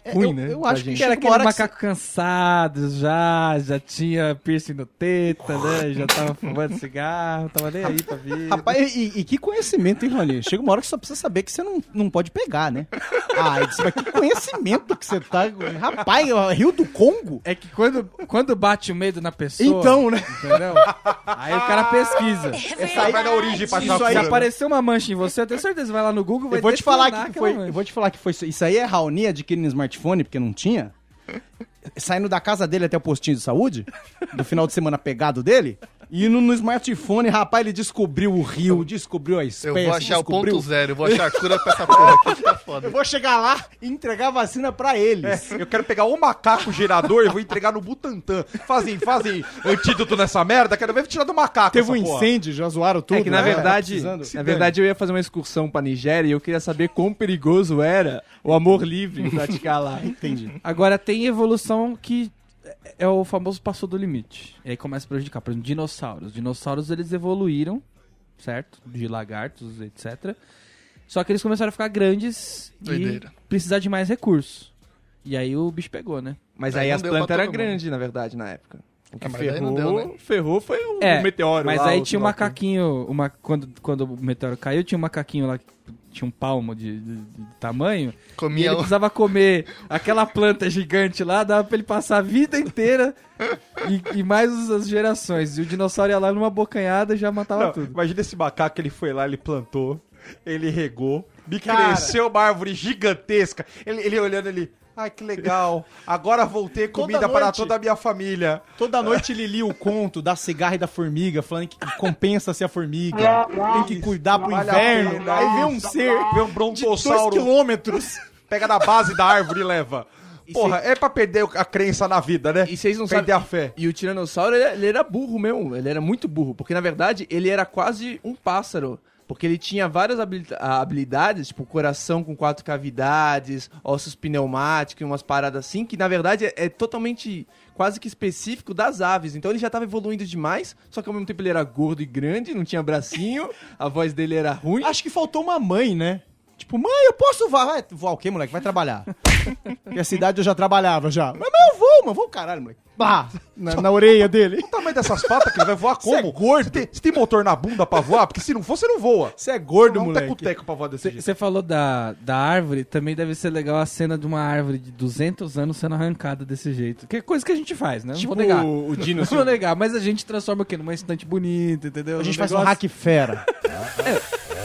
É, ruim, eu, né, Eu pra acho que gente. Que era chega uma aquele hora que macaco cansado já, já tinha piercing no teta, né? Já tava fumando cigarro, tava nem aí pra você- vir. Rapaz, e, e que conhecimento, hein, Rony? Chega uma hora que só precisa saber que você não, não pode pegar, né? A AIDS, mas que conhecimento que você tá. Rapaz, o Rio do Congo? É que quando, quando bate o medo na pessoa, Então, né? entendeu? Aí o cara pesquisa. Essa aí vai dar origem pra Isso aí, chapura, se né? apareceu uma mancha em você, eu tenho certeza, vai lá no Google, vai Eu vou te falar desmandar que foi, aquela eu mancha. vou te falar que foi isso. Isso aí é Raoni adquirindo smartphone porque não tinha. Saindo da casa dele até o postinho de saúde, do final de semana pegado dele, e indo no smartphone, rapaz, ele descobriu o rio, descobriu a Eu espécie, vou achar o descobriu... ponto zero, eu vou achar a cura pra essa porra aqui que tá foda. Eu vou chegar lá e entregar a vacina pra É. eles. Eu quero pegar o macaco gerador e vou entregar no Butantan. Fazem, fazem antídoto nessa merda. Quero ver tirar do macaco. Teve um essa porra. incêndio, já zoaram tudo. É que na né? verdade, Tá precisando. na verdade eu ia fazer uma excursão pra Nigéria e eu queria saber quão perigoso era o amor livre praticar lá. Entendi. Agora tem evolução que é o famoso passou do limite. E aí começa a prejudicar. Por exemplo, dinossauros. Dinossauros eles evoluíram, certo? De lagartos, etc. Só que eles começaram a ficar grandes Doideira. e precisar de mais recursos. E aí o bicho pegou, né? Mas Aí aí não as deu pra plantas eram todo mundo. grandes, na verdade, na época. O que Ah, mas aí ferrou, não deu, né? ferrou foi o É, meteoro. Mas lá, aí o tinha um final. macaquinho, uma, quando, quando o meteoro caiu, tinha um macaquinho lá que tinha um palmo de, de- de tamanho. E Comia ele um... precisava comer aquela planta gigante lá, dava pra ele passar a vida inteira e, e mais as- as gerações. E o dinossauro ia lá numa bocanhada e já matava Não, tudo. imagina esse macaco que ele foi lá, ele plantou, ele regou, me cresceu uma árvore gigantesca. Ele, ele olhando ele. Ai, que legal. Agora vou ter Toda comida para noite. toda a minha família. Toda noite ele lia o conto da cigarra e da formiga, falando que compensa-se a formiga, tem que cuidar pro Vale a inverno. pena. Aí vê um ser Vê um de dois brontossauro. quilômetros. Pega na base da árvore e leva. Porra, é pra perder a crença na vida, né? E vocês não perder sabem. a fé. E o tiranossauro, ele, ele era burro mesmo. Ele era muito burro. Porque, na verdade, ele era quase um pássaro. Porque ele tinha várias habilita- ah, habilidades, tipo coração com quatro cavidades, ossos pneumáticos, e umas paradas assim, que na verdade é, é totalmente quase que específico das aves. Então ele já tava evoluindo demais, só que ao mesmo tempo ele era gordo e grande, não tinha bracinho, a voz dele era ruim. Acho que faltou uma mãe, né? Tipo, mãe, eu posso voar? Vai, voar o quê, moleque? Vai trabalhar. Porque a cidade eu já trabalhava já. Mas, mas eu vou, mano. Vou caralho, moleque. Bah, na, na orelha dele. O tamanho dessas patas que ele vai voar como? Você é gordo. Você tem, você tem motor na bunda pra voar? Porque se não for, você não voa. Você é gordo, Não dá um moleque. teco-teco pra voar desse jeito. Você falou da, da árvore, também deve ser legal a cena de uma árvore de 200 anos sendo arrancada desse jeito. Que é coisa que a gente faz, né? Não Tipo tipo vou negar. o Dino. Não vou negar, mas a gente transforma o quê? Numa estante bonita, entendeu? A gente Num faz um negócio- hack fera.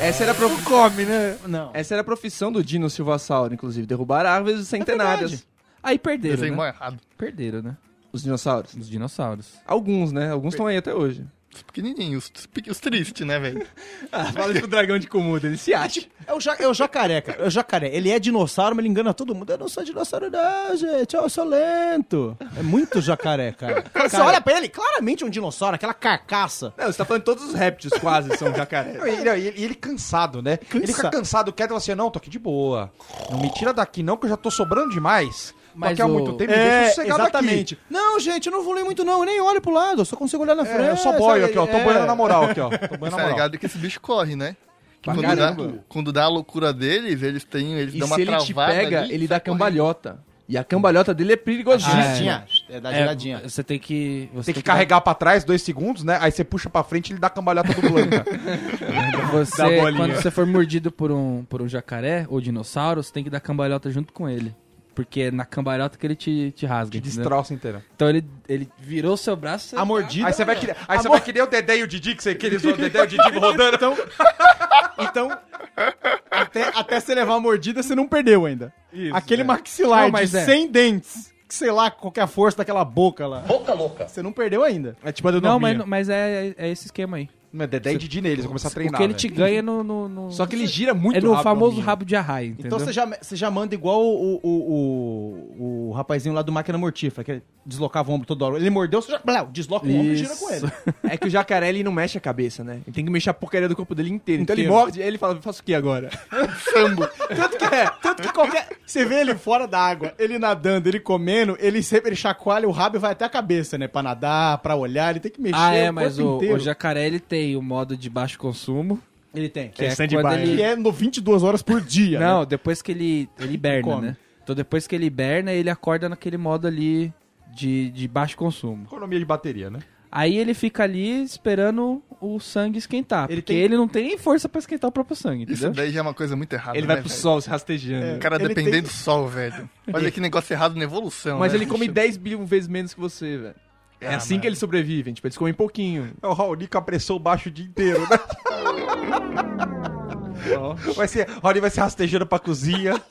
Essa era a prof... come, né? Não. Essa era a profissão do Dino Silvasauro, inclusive, derrubar árvores centenárias. Aí perderam, Desenho né? mó errado. Perderam, né? os dinossauros. Os dinossauros. Alguns, né? Alguns estão aí até hoje. Os pequenininhos, os, pe- os tristes, né, velho? Fala isso pro dragão de Komodo, ele se acha. É o, ja, é o jacaré, cara. É o jacaré. Ele é dinossauro, mas ele engana todo mundo. Eu não sou dinossauro, não, gente. Eu sou lento. É muito jacaré, cara. Você olha pra ele, claramente um dinossauro, aquela carcaça. Não, você tá falando de todos os répteis quase são jacaré. Não, E ele, e ele- e ele cansado, né? Ele fica Cansa- cansado, quieto, fala assim, não, tô aqui de boa. Não me tira daqui não, que eu já tô sobrando demais. Mas Mas aqui há o- muito tempo, me deixa sossegado É, exatamente. aqui. Não, gente, eu não vou ler muito, não. Eu nem olho pro lado. Eu só consigo olhar na frente. É, eu só boio aqui, ó. Tô É. boiando na moral aqui, ó. Tô boiando na Tá moral. ligado que esse bicho corre, né? Que Pra Quando dá, caramba. quando dá a loucura deles, eles têm. Eles E dão se uma ele te travada. pega, ali, ele dá cambalhota. E a cambalhota dele é perigosíssima. Giradinha. É, da giradinha. É, você tem que... Você Tem que carregar pra trás dois segundos, né? Aí você puxa pra frente e ele dá a cambalhota do Blanca. da Você, bolinha. quando você for mordido por um, por um jacaré ou dinossauro, você tem que dar cambalhota junto com ele. Porque é na cambalhota que ele te, te rasga. que entendeu? destroça inteira. Então ele, ele virou seu braço... você A mordida. né? Aí você vai querer, aí você vai querer o Dedé e o Didi, que você queria o Dedé e o Didi rodando. Então, Então, até, até você levar a mordida, você não perdeu ainda. Aquele maxilar Não, mas de é. 100 dentes, que sei lá, qual que é a força daquela boca lá. Boca louca. Você não perdeu ainda. É tipo a do Não, mas, Norminha. não- mas é, é- é esse esquema aí. Não, é Dedé e Didi neles, vão começar a treinar. Porque ele velho. te ganha no... no- no- Só que ele gira muito É no rápido, famoso Norminha. rabo de arraia, entendeu? Então você já, você já manda igual o, o, o, o rapazinho lá do Máquina Mortífera, que ele deslocava o ombro toda hora. Ele mordeu, você já blau, desloca o ombro e gira com ele. É que o jacaré, ele não mexe a cabeça, né? Ele tem que mexer a porcaria do corpo dele inteiro. Então ele Inteiro. morde, aí ele fala, faço o que agora? Sambo. Tanto que, é, tanto que qualquer... Você vê ele fora da água, ele nadando, ele comendo, ele sempre ele chacoalha o rabo e vai até a cabeça, né? Pra nadar, pra olhar, ele tem que mexer Ah, é, o mas corpo o, inteiro. o jacaré ele tem o modo de baixo consumo, Ele tem. que é, stand-by, quando Que ele... é no 22 horas por dia, né? Não, depois que ele, ele hiberna, Come. né? Então depois que ele hiberna, ele acorda naquele modo ali de, de baixo consumo. Economia de bateria, né? Aí ele fica ali esperando o sangue esquentar, Ele porque tem- ele não tem nem força pra esquentar o próprio sangue, Isso entendeu? daí já é uma coisa muito errada. um ele né, vai pro velho? sol se rastejando. O cara Ele dependendo tem- do sol, velho. Olha que negócio errado na evolução. Mas né, ele come bicho? 10 bilhões vezes menos que você, velho. É Ah, assim mano. que eles sobrevivem. Tipo, eles comem pouquinho. É o Raoni com a pressão baixa o dia inteiro, né? Vai ser, Raoni vai se rastejando pra cozinha.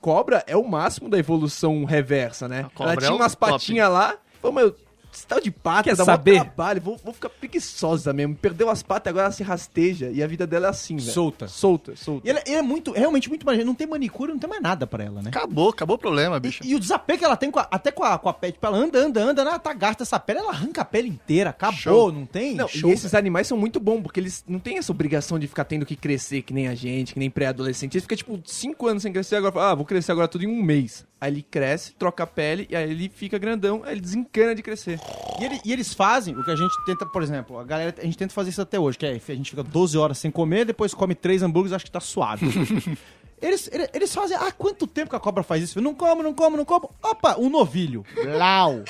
Cobra é o máximo da evolução reversa, né? cobra Ela tinha é o umas top. patinhas lá. Falou, meu, esse tal de pata Quer dá mó saber? trabalho. Vou, vou ficar preguiçosa mesmo. Perdeu as patas, agora ela se rasteja. E a vida dela é assim, velho. Solta. Solta, solta. E ela, ela é muito, realmente muito maneira. Não tem manicure, não tem mais nada pra ela, né? Acabou, acabou o problema, bicho. E, e o desapego que ela tem com a- até com a, com a pele, tipo, ela anda, anda, anda, ela tá gasta essa pele, ela arranca a pele inteira, acabou, Show. não tem? Não, Show. e esses animais são muito bons, porque eles não têm essa obrigação de ficar tendo que crescer que nem a gente, que nem pré-adolescente. Eles ficam, tipo, 5 anos sem crescer, agora fala, ah, vou crescer agora tudo em um mês. Aí ele cresce, troca a pele, e aí ele fica grandão, aí ele desencana de crescer. E, ele- e eles fazem o que a gente tenta, por exemplo, a galera, a gente tenta fazer isso até hoje, que é a gente fica 12 horas sem comer, depois come três hambúrgueres acho que tá suave. Eles, ele- eles fazem. Ah, quanto tempo que a cobra faz isso? Não como, não como, não como. Opa, um novilho. Lau.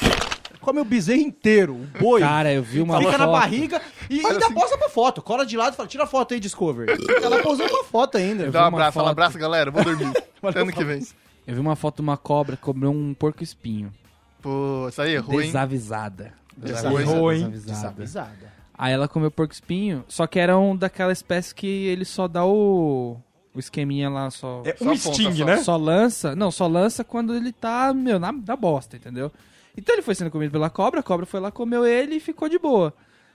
Come o bezerro inteiro, o boi. Cara, eu vi uma Fica na foto. barriga e ainda posta pra foto. Cola de lado e fala, tira a foto aí, Discovery. Ela posou pra foto ainda. Dá um vi uma abraço, fala foto. abraço, galera. Vou dormir. Até ano que vem. Eu vi uma foto de uma cobra que comeu um porco espinho, Pô, isso aí é ruim. desavisada. Desavisada. Desavisada. Desavisada. Aí ela comeu porco espinho, só que era um daquela espécie que ele só dá o, o esqueminha lá, só, É Só um aponta, sting, só. né? só lança. Não, só lança quando ele tá, meu, na, na bosta, entendeu? Então ele foi sendo comido pela cobra, a cobra foi lá, comeu ele e ficou de boa.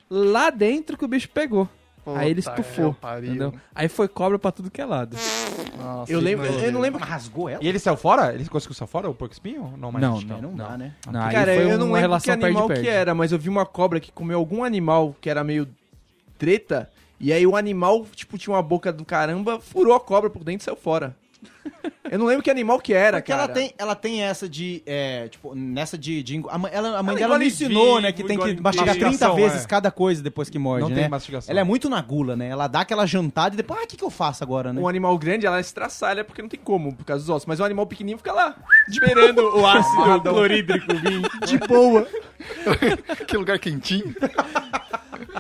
Lá dentro que o bicho pegou. Puta aí ele que estufou. pariu. Entendeu? Aí foi cobra pra tudo que é lado. Nossa, Eu que lembro, eu, nojo. eu não lembro. Rasgou ela? E ele saiu fora? Ele conseguiu sair fora, o porco espinho? Não, mas Não, acho que não. Não dá, né? Não, aí Cara, foi eu uma não lembro que relação animal perde-perde. que era, mas eu vi uma cobra que comeu algum animal que era meio treta, E aí o animal, tipo, tinha uma boca do caramba, furou a cobra por dentro e saiu fora. Eu não lembro que animal que era, Porque cara. ela tem, ela tem essa de. é, tipo, nessa de. de engo- a mãe, ela- a mãe Ela dela me engole ensinou, vivo, né? Que tem que engole mastigar vivo. 30 vezes É. cada coisa depois que morde, Não né? tem mastigação. Ela é muito na gula, né? Ela dá aquela jantada e depois, ah, o que, que eu faço agora, né? Um animal grande, ela estraçalha porque não tem como, por causa dos ossos. Mas um animal pequenininho fica lá, esperando o ácido clorídrico vir. De boa. que lugar quentinho.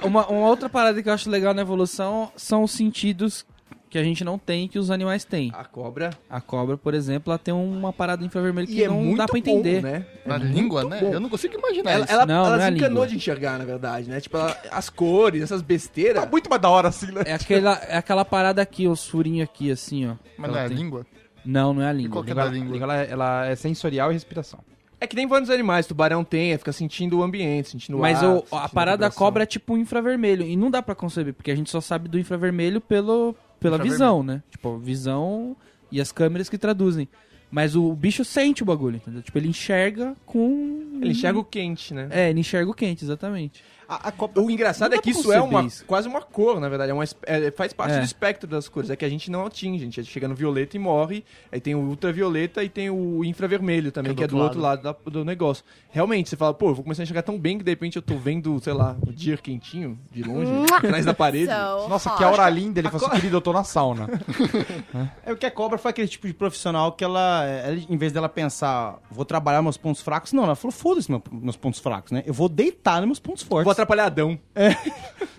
Uma, uma outra parada que eu acho legal na evolução são os sentidos que a gente não tem que os animais têm. A cobra. A cobra, por exemplo, ela tem uma parada infravermelha que E é não muito dá pra bom, entender. né? Na língua, né? Eu não consigo imaginar Ela, isso. ela, Não, ela não é a desencanou língua. de enxergar, na verdade, né? Tipo, ela- as cores, essas besteiras. Tá muito mais da hora assim, né? É aquela, é aquela parada aqui, os furinhos aqui, assim, ó. Ela Mas não é a tem. língua? Não, não é a E qual língua. que é da língua? Ela, ela é sensorial e respiração. É que nem vários animais, tubarão tem, é, fica sentindo o ambiente, sentindo o Mas ar, o- a sentindo parada da vibração. cobra é tipo um infravermelho. E não dá pra conceber, porque a gente só sabe do infravermelho pelo, pela visão, né? Tipo, visão e as câmeras que traduzem. Mas o bicho sente o bagulho, entendeu? Tipo, ele enxerga com. Ele enxerga o quente, né? É, ele enxerga o quente, exatamente. A, a cobra- O engraçado é Não dá que pra isso é conceber uma, isso. quase uma cor, na verdade. É uma, es- é, faz parte É. do espectro das cores. É que a gente não atinge. A gente chega no violeta e morre. Aí tem o ultravioleta e tem o infravermelho também, que é do, outro lado, da- do negócio. Realmente, você fala, pô, eu vou começar a enxergar tão bem que de repente eu tô vendo, sei lá, o dia quentinho de longe, atrás da parede. Nossa, que aura linda. Ele falou assim, querido, eu tô na sauna. É o que a cobra foi aquele tipo de profissional que ela, ela, em vez dela pensar, vou trabalhar meus pontos fracos, não, ela falou, foda-se meu- meus pontos fracos, né? Eu vou deitar nos meus pontos fortes. Vou atrapalhadão.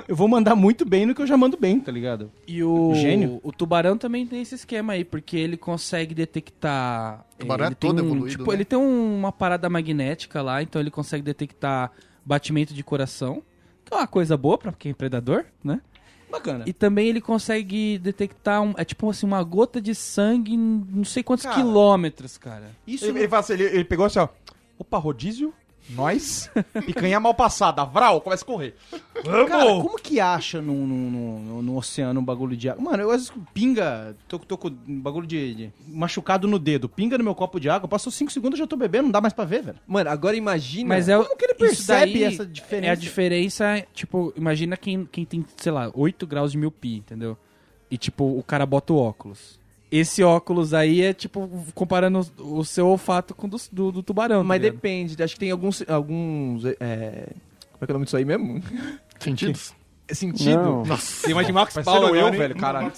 Eu vou mandar muito bem no que eu já mando bem, tá ligado? E o, Gênio. o tubarão também tem esse esquema aí, porque ele consegue detectar. Tubarão ele é todo tem um- evoluído, Tipo, né? ele tem um- uma parada magnética lá, então ele consegue detectar batimento de coração, que é uma coisa boa pra quem é predador, né? Bacana. E também ele consegue detectar, um- é tipo assim, uma gota de sangue em não sei quantos Cara. quilômetros, cara. isso Ele, ele fala assim, ele, ele pegou assim, ó. Opa, rodízio, nós, picanha mal passada, vral, começa a correr. Cara, Vamos! como que acha no, no, no- no- no oceano um bagulho de água? Mano, eu às vezes pinga, tô, tô com um bagulho de, de- machucado no dedo, pinga no meu copo de água, passou 5 segundos eu já tô bebendo, não dá mais pra ver, velho. Mano, agora imagina. Mas é o- Como que ele isso daí percebe essa diferença? É a diferença, tipo, imagina quem, quem tem, sei lá, 8 graus de miopia, entendeu? E, tipo, o cara bota o óculos. Esse óculos aí é, tipo, comparando o, o seu olfato com o dos- do, do tubarão. Mas tá ligado? depende. Acho que tem alguns. alguns é, Como é que é o nome disso aí mesmo? Sentidos? É sentido. Nossa. Tem mais de Max Mas Paulo sendo eu, agora, hein? um, velho, caralho.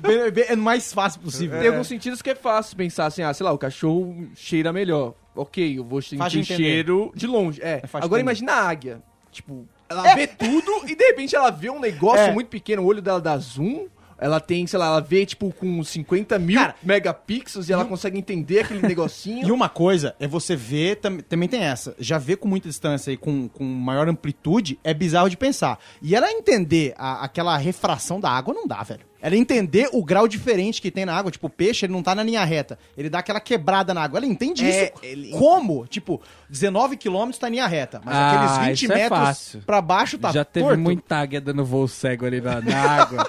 Bem- bem- é o mais fácil possível. Tem alguns sentidos que é fácil pensar assim, ah, sei lá, o cachorro cheira melhor. Ok, eu vou sentir o entender. cheiro de longe. É. fácil Agora entender. imagina a águia. Tipo, ela vê tudo e de repente ela vê um negócio É. muito pequeno, o olho dela dá zoom. Ela tem, sei lá, ela vê, tipo, com 50 mil Cara, megapixels e ela consegue entender aquele negocinho. E uma coisa é você ver, tam- também tem essa, já ver com muita distância e com, com maior amplitude é bizarro de pensar. E ela entender a- aquela refração da água não dá, velho. Ela entender o grau diferente que tem na água, tipo, o peixe, ele não tá na linha reta, ele dá aquela quebrada na água. Ela entende É, isso. ele- Como? Tipo, 19 quilômetros tá em linha reta, mas Ah, aqueles 20 isso é metros fácil. pra baixo tá Já teve torto. muita águia dando voo cego ali na, na água.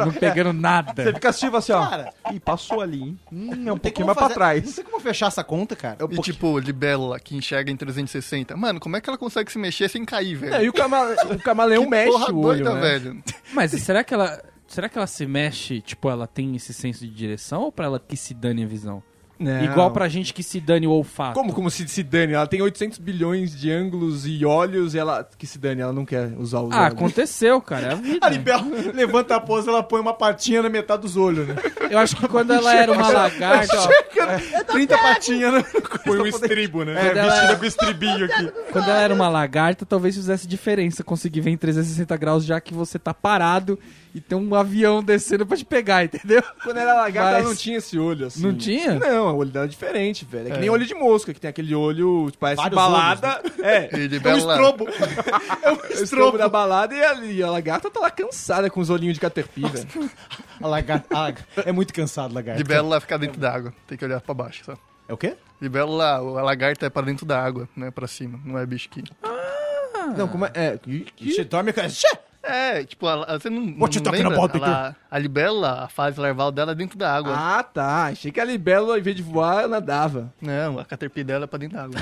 não pegando Você nada. fica assistindo assim, ó. Cara. Ih, passou ali, hein? Hum, é um Não tem pouquinho como mais pra fazer- trás. Não tem como fechar essa conta, cara. um E tipo, Libélula, que enxerga em 360. Mano, como é que ela consegue se mexer sem cair, velho? Não, e o, camale... o camaleão mexe Porra o olho, doida, né? velho. Mas será que ela. Será que ela se mexe, tipo, ela tem esse senso de direção ou pra ela que se dane a visão? Não. Igual pra gente que se dane o olfato. É. Como, como se, se dane? Ela tem 800 bilhões de ângulos e olhos e ela... Que se dane, ela não quer usar os Ah, olhos. aconteceu, cara. É a vida. A Libela levanta a pose, ela põe uma patinha na metade dos olhos, né? Eu acho que quando ela era uma lagarta, ó, 30 patinhas, né? Foi um estribo, né? Quando ela- com estribinho aqui. quando ela era uma lagarta, talvez fizesse diferença conseguir ver em 360 graus, já que você tá parado e tem um avião descendo pra te pegar, entendeu? Quando ela era lagarta, Mas- ela não tinha esse olho, assim. Não tinha? Não, o olho dela é diferente, velho. É que nem olho de mosca, que tem aquele olho, tipo, parece Vários balada. É. E Libélula... é o estrobo da balada e a, e a lagarta tá lá cansada com os olhinhos de caterpillar. A lagarta. a lagarta- é muito cansado, lagarta. Libélula fica dentro da água. Tem que olhar pra baixo, só. É o quê? Libélula, a lagarta é pra dentro da água, não é pra cima. Não é bicho que... Não, como é... é que- Você dorme com. Tchê! É, tipo, a- a- você não, Vou te não tocar na lembra? bola, Ela, a libélula, a fase larval dela é dentro da água. Ah, tá. Achei que a libélula, ao invés de voar, nadava. Não, a caterpillar dela é pra dentro da água.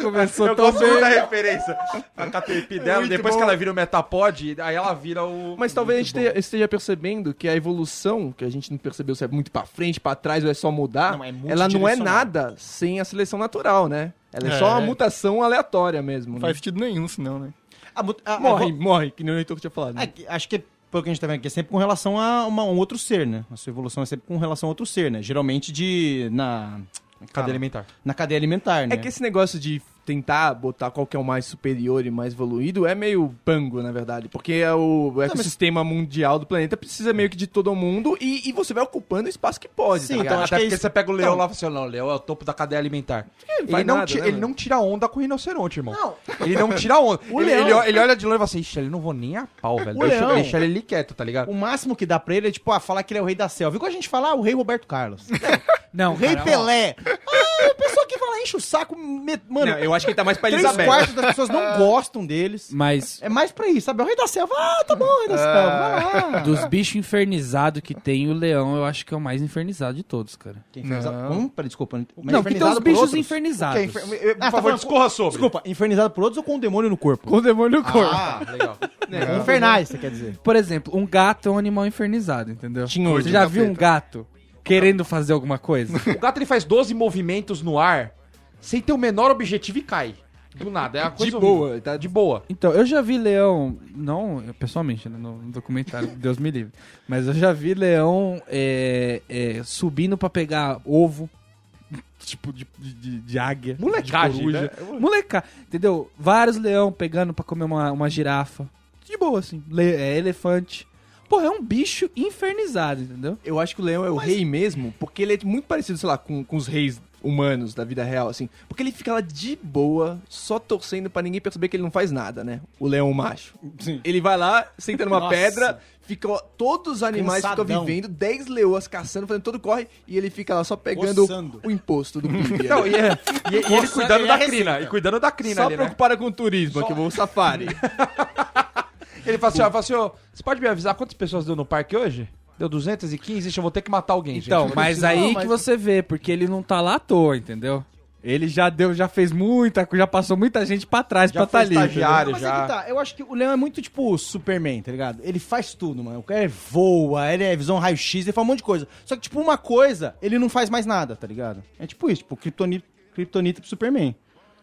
Começou Eu tão gosto muito bem. da referência. A Caterpie dela, Muito depois bom. que ela vira o Metapod, aí ela vira o. Mas talvez a gente Muito tenha- esteja percebendo que a evolução, que a gente não percebeu se é muito pra frente, pra trás ou é só mudar, Não, é ela não é multidirecional. nada sem a seleção natural, né? Ela é, É. só uma mutação aleatória mesmo. Não né? faz sentido nenhum, senão, né? Ah, mu- ah, Morre, ah, morre, que nem o Heitor tinha falado. vo- é que- acho que pelo que a gente tá vendo aqui, é sempre com relação a uma- um outro ser, né? A sua evolução é sempre com relação a outro ser, né? Geralmente de. na. Cadeia cara, alimentar. Na cadeia alimentar, né? É que esse negócio de tentar botar qual que é o mais superior e mais evoluído é meio pango, na verdade. Porque é o o ecossistema mundial do planeta precisa meio que de todo mundo e, e você vai ocupando o espaço que pode, tá Sim, então ligado? Até acho que é porque isso. você pega o leão lá e fala assim: "Ó, não, o leão é o topo da cadeia alimentar. Ele, faz não, nada, ti- né, ele mano? não tira onda com o rinoceronte, irmão. Ele não tira onda. O ele, leão- ele, ele olha de longe e fala assim: Ixi, ele não vou nem a pau, velho. O Deixa, leão- deixa ele ali quieto, tá ligado? O máximo que dá pra ele é, tipo, ah, falar que ele é o rei da selva. Igual a gente falar, ah, o rei Roberto Carlos. Não, O rei cara, ó. Pelé. Ah, a pessoa que fala, enche o saco. me- Mano, Não, eu acho que ele tá mais pra três Elizabeth. quartos das pessoas não gostam deles. Mas É mais pra isso, sabe? O rei da selva. Ah, tá bom, rei da selva. vai lá. dos bichos infernizados que tem, o leão eu acho que é o mais infernizado de todos, cara. Que infernizado- Não. Como? Peraí, desculpa. mas não, que tem infernizado os por bichos outros? infernizados. Que é infer- eh, Por Ah, tá favor, falando- discorra sobre. Desculpa, infernizado por outros ou com um demônio no corpo? o demônio no corpo. Ah, legal. É, Infernais, você quer dizer. Por exemplo, um gato é um animal infernizado, entendeu? Tinhoso. Você já viu um gato querendo fazer alguma coisa? O gato ele faz 12 movimentos no ar sem ter o menor objetivo e cai. Do nada. É uma coisa horrível. boa, tá- de boa. Então, eu já vi leão, não eu pessoalmente, né, no no documentário, Deus me livre, mas eu já vi leão é, é, subindo pra pegar ovo, tipo de, de- de- de águia, Molecagem, né? É um- de coruja. Moleca, entendeu? Vários leão pegando pra comer uma, uma girafa. De boa, assim. Le- é elefante. Porra, é um bicho infernizado, entendeu? Eu acho que o leão é o rei mesmo, porque ele é muito parecido, sei lá, com, com os reis humanos da vida real, assim. Porque ele fica lá de boa, só torcendo pra ninguém perceber que ele não faz nada, né? O leão macho. Sim. Ele vai lá, senta numa Nossa. pedra, fica, ó, todos os animais ficam Cansadão. vivendo, 10 leoas caçando, fazendo todo corre, e ele fica lá só pegando Coçando. o imposto do PIB. Não, ali. e, é- e- e ele cuidando ele da é crina. E cuidando da crina só ali, né? preocupada Tá com o turismo, que eu vou safari. Ele fala assim, ó, fala assim, ó, você pode me avisar quantas pessoas deu no parque hoje? Deu 215, ixi, eu vou ter que assim, matar alguém, Então, gente. mas aí mas- que você vê, porque ele não tá lá à toa, entendeu? Ele já deu, já fez muita coisa, já passou muita gente pra trás pra tá foi ali. entendeu? estagiário, mas é já. que tá. Eu acho que o Leão é muito tipo o Superman, tá ligado? Ele faz tudo, mano. O cara ele voa, ele é visão raio-x, ele faz um monte de coisa. Só que, tipo, uma coisa, ele não faz mais nada, tá ligado? É tipo isso, tipo, Kryptoni- Kryptonita pro Superman.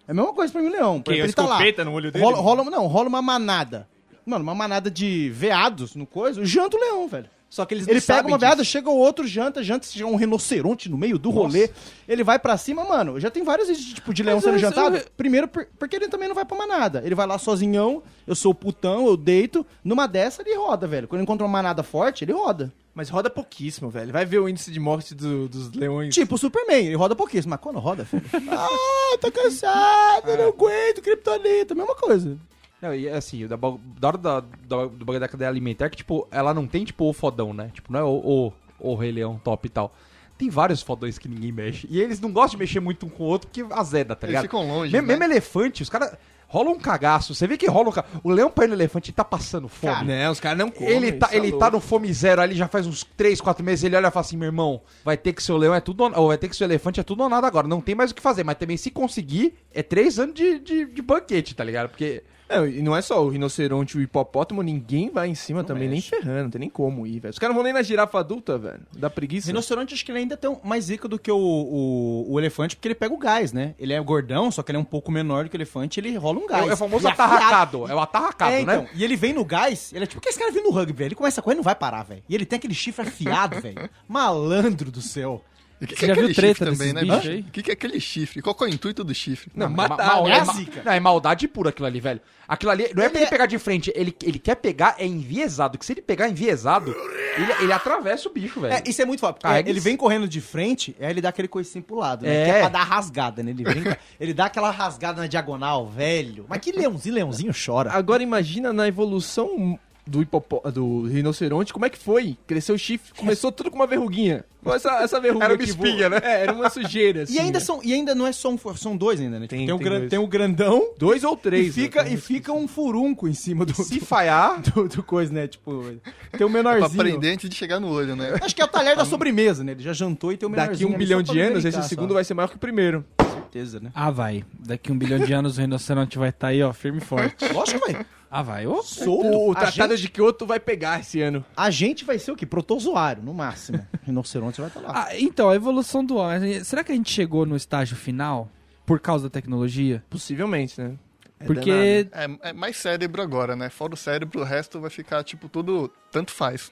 É a mesma coisa pra mim, o Leão. Por Que exemplo, a escopeta no olho dele? Rola, rola- não, rola uma manada. Mano, uma manada de veados no coisa, janta o leão, velho. Só que eles não Ele pega sabem uma disso. veada, chega o outro, janta, janta, chega um rinoceronte no meio do rolê. Ele vai pra cima, mano. Já tem vários vídeos tipo, de leão Mas sendo eu- jantado. eu- Primeiro, por- porque ele também não vai pra manada. Ele vai lá sozinhão, eu sou o putão, eu deito. Numa dessa, ele roda, velho. Quando ele encontra uma manada forte, ele roda. Mas roda pouquíssimo, velho. Vai ver o índice de morte do- dos leões. Tipo o Superman, ele roda pouquíssimo. Mas quando roda, filho? ah, tô cansado, não aguento, Kryptonita, mesma coisa. Não, e assim, da, ba- da hora da, da- do bagulho da cadeia alimentar, que, tipo, ela não tem, tipo, o fodão, né? Tipo, não é o, o, o Rei Leão top e tal. Tem vários fodões que ninguém mexe. E eles não gostam de mexer muito um com o outro porque azeda, tá Eles ligado? ficam longe, Me- né? Mesmo elefante, os caras. Rola um cagaço. Você vê que rola um cagaço. O leão pai no elefante ele tá passando fome. Não, Né, os caras não comem. ele tá, isso é ele louco. tá no fome zero ali já faz uns 3, 4 meses. Ele olha e fala assim: meu irmão, vai ter que seu leão é tudo ou, ou vai ter que seu elefante é tudo ou nada agora. Não tem mais o que fazer. Mas também, se conseguir, é 3 anos de, de, de banquete, tá ligado? Porque. Não, e não é só o rinoceronte e o hipopótamo, ninguém vai em cima também, nem ferrando, não tem nem como ir, velho. Os caras não vão nem na girafa adulta, velho. Dá preguiça. Rinoceronte, acho que ele ainda tem um- mais zica do que o, o, o elefante, porque ele pega o gás, né? Ele é gordão, só que ele é um pouco menor do que o elefante, ele rola um É, gás. o- é o famoso E afiado. atarracado. É o atarracado, É, então, né? e ele vem no gás, ele é tipo que esse cara vem no rugby, velho. Ele começa a correr e não vai parar, velho. E ele tem aquele chifre afiado, velho. Malandro do céu. E o que, Você que é já aquele viu treta chifre também, né, desses bichos aí? bicho? O que, que é aquele chifre? Qual que é o intuito do chifre? Não, é mata- ma- mal- é ma- zica. não, é maldade pura aquilo ali, velho. Aquilo ali não é Ele pra ele é- pegar de frente. Ele, ele quer pegar, é enviesado. Que se ele pegar enviesado, ele, ele atravessa o bicho, velho. É, isso é muito foda. porque Carrega ele isso. vem correndo de frente, aí ele dá aquele coicinho pro lado, né? É. Que é pra dar rasgada, né? Ele, vem, ele dá aquela rasgada na diagonal, velho. Mas que leãozinho, leãozinho chora. Agora imagina na evolução do, hipopó do rinoceronte, como é que foi? Cresceu o chifre, começou tudo com uma verruguinha. Com Essa, essa verruga Era um uma que voa. espinha, né? É, era uma sujeira. E assim, ainda, né? são, e ainda não é só um, for- são dois ainda, né? Tipo, Tem- Ah, tem, o tem gran- dois. tem o grandão Dois ou três. e fica, né? e fica um furunco em cima do, Se falhar, do, do coisa, né? Tipo, tem o Pra menorzinho. aprender antes de chegar no olho, né? Acho que é o talher da sobremesa, né? Ele já jantou e tem o menorzinho. Daqui um bilhão de anos, esse segundo vai... vai ser maior que o primeiro. Certeza, né? Ah, vai. Daqui um bilhão de anos o rinoceronte vai estar aí, ó, firme e forte. Lógico, velho. Ah, vai. Ô, O, A Tratado gente, de Kyoto vai pegar esse ano. a gente vai ser o quê? Protozoário, no máximo. Rinoceronte vai estar lá. Ah, então, a evolução do homem. Será que a gente chegou no estágio final por causa da tecnologia? Possivelmente, né? É danado. Porque. É, é mais cérebro agora, né? Fora o cérebro, o resto vai ficar, tipo, tudo. Tanto faz.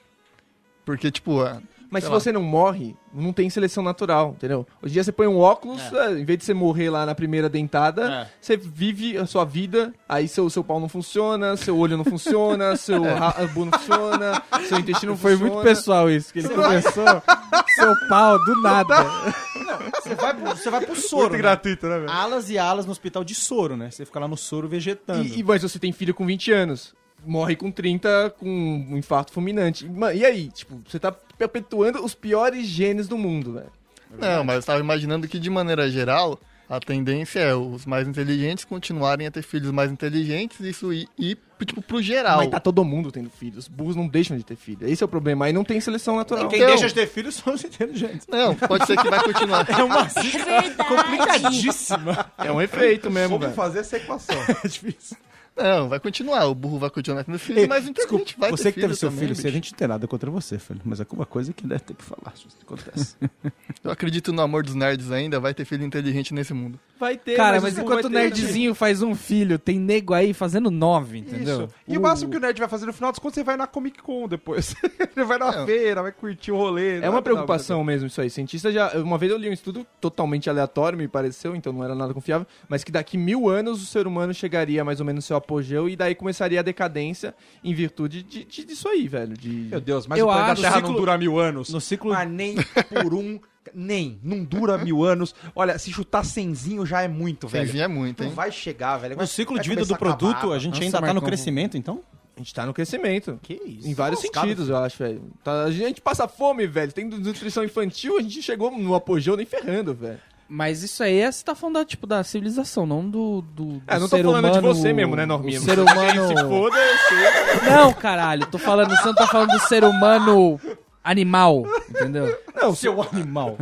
Porque, tipo, a- Mas sei se lá. você não morre, não tem seleção natural, entendeu? Hoje em dia você põe um óculos, eh, em vez de você morrer lá na primeira É. dentada, você vive a sua vida, aí seu, seu pau não funciona, seu olho não funciona, seu rabo não funciona, seu intestino não Foi funciona. muito pessoal isso, que ele começou seu pau do nada. Você vai pro, você vai pro soro. né? gratuito, né, velho? Alas e alas no hospital de soro, né? Você fica lá no soro vegetando. E, e- mas você tem filho com 20 anos. Morre com 30 com um infarto fulminante. E, ma- E aí? Tipo, você tá perpetuando os piores genes do mundo, velho. Não, mas eu estava imaginando que, de maneira geral, a tendência é os mais inteligentes continuarem a ter filhos mais inteligentes, isso ir, ir tipo, pro geral. Mas tá todo mundo tendo filho. Os burros não deixam de ter filho. Esse é o problema. Aí não tem seleção natural. Quem Então- deixa de ter filho são os inteligentes. Não, pode ser que vai continuar. É uma zica complicadíssima. É um efeito mesmo, Como velho. fazer essa equação? É difícil. Não, vai continuar. O burro vai continuar tendo filhos, mas o inteligente vai ter você que teve seu também, filho, bicho. você, a gente não tem nada contra você, filho. Mas é alguma coisa que deve ter que falar se isso acontece. Eu acredito no amor dos nerds ainda, vai ter filho inteligente nesse mundo. Vai ter, Cara, os mas burros enquanto o vai ter também. nerdzinho faz um filho, tem nego aí fazendo nove, entendeu? Isso. E o máximo que o nerd vai fazer no final dos contos, você vai na Comic Con depois. ele vai na É. feira, vai curtir o rolê. É uma preocupação mesmo isso aí. Cientista já. Uma vez eu li um estudo totalmente aleatório, me pareceu, então não era nada confiável, mas que daqui mil anos o ser humano chegaria mais ou menos no seu apogeu e daí começaria a decadência em virtude de, de- disso aí, velho. De... Meu Deus, mas Eu o planeta acho- Terra no não ciclo- dura mil anos. No ciclo- Mas nem por um... Nem. Não dura mil anos. Olha, se chutar cenzinho já é muito, velho. Cenzinho é muito, Não hein? vai chegar, velho. É No Vai- ciclo vai de vida do começar a produto, acabar. a gente Nossa, ainda tá no Marcão. crescimento, então? A gente tá no crescimento. Que isso? Em vários é sentidos, eu acho, velho. Tá- a gente passa fome, velho. Tem nutrição infantil, a gente chegou no apogeu nem ferrando, velho. Mas isso aí é, você tá falando da, tipo, da civilização, não do, do, do É, não tô ser falando de humano- você mesmo, né, Norminha? o ser humano... Não, caralho, tô falando, você não tá falando do ser humano animal, entendeu? Não, Seu animal.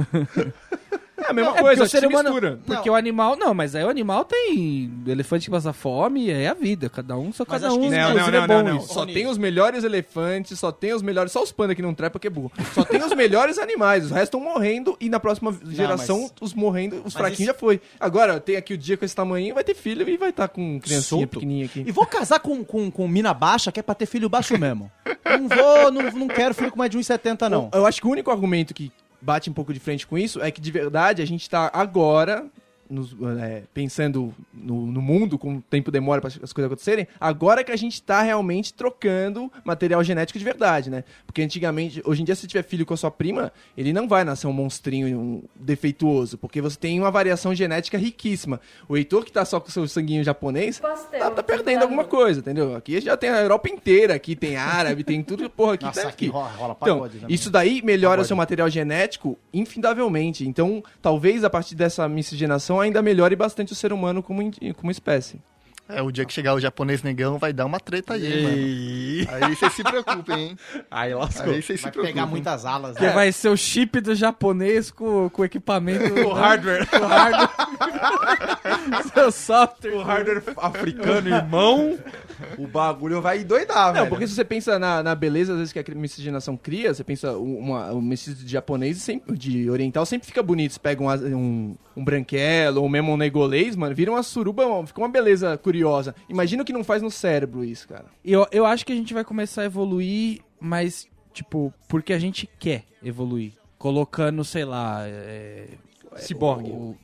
é a mesma É, coisa, porque o se ser humano- mistura. Porque o animal, não, mas aí o animal tem elefante que passa fome, é a vida, cada um, só cada acho um, Não, que- não, inclusive, não, não, é bom não. isso. Só tem os melhores elefantes, só tem os melhores. Só os panda que não trepa que é burro. Só tem os melhores animais. Os restos estão morrendo e na próxima geração mas- os morrendo, os fraquinhos isso- já foi. Agora, tem aqui o dia com esse tamanho, vai ter filho e vai estar com criancinha Solto. pequenininha aqui. E vou casar com, com, com mina baixa, que é pra ter filho baixo mesmo. Não vou, não, não quero filho com mais de 1,70, não. Eu acho que o único argumento que bate um pouco de frente com isso é que, de verdade, a gente tá agora, nos, é, pensando no, no mundo, como o tempo demora para as coisas acontecerem, agora que a gente tá realmente trocando material genético de verdade, né? Porque antigamente, hoje em dia, se você tiver filho com a sua prima, ele não vai nascer um monstrinho um defeituoso, porque você tem uma variação genética riquíssima. O Heitor, que tá só com seu sanguinho japonês, tá, tá perdendo alguma coisa, entendeu? Aqui já tem a Europa inteira, aqui tem árabe, tem tudo, porra, aqui Nossa, tá aqui aqui. rola, rola Então, pagode. isso daí melhora seu material genético infindavelmente. Então, talvez a partir dessa miscigenação ainda melhore bastante o ser humano como, in- como espécie. É, o dia que chegar o japonês negão vai dar uma treta aí, hein, E... mano. Aí vocês se preocupem, hein? Aí lascou. Aí vocês se Vai preocupem. pegar muitas alas, Porque né? vai ser o chip do japonês com, com o equipamento... O hardware. O hardware. Seu software. O hardware africano, irmão. O bagulho vai doidar, Não, velho. porque se você pensa na, na beleza, às vezes, que a miscigenação cria, você pensa um- uma, um mestiço de japonês, e sempre, de oriental, sempre fica bonito. Você pega um, as- um, um branquelo ou mesmo um negolês, mano, vira uma suruba, mano, fica uma beleza curiosa. Imagina o que não faz no cérebro isso, cara. Eu, eu acho que a gente vai começar a evoluir, mas, tipo, porque a gente quer evoluir. Colocando, sei lá. É, Ciborgue. o- o-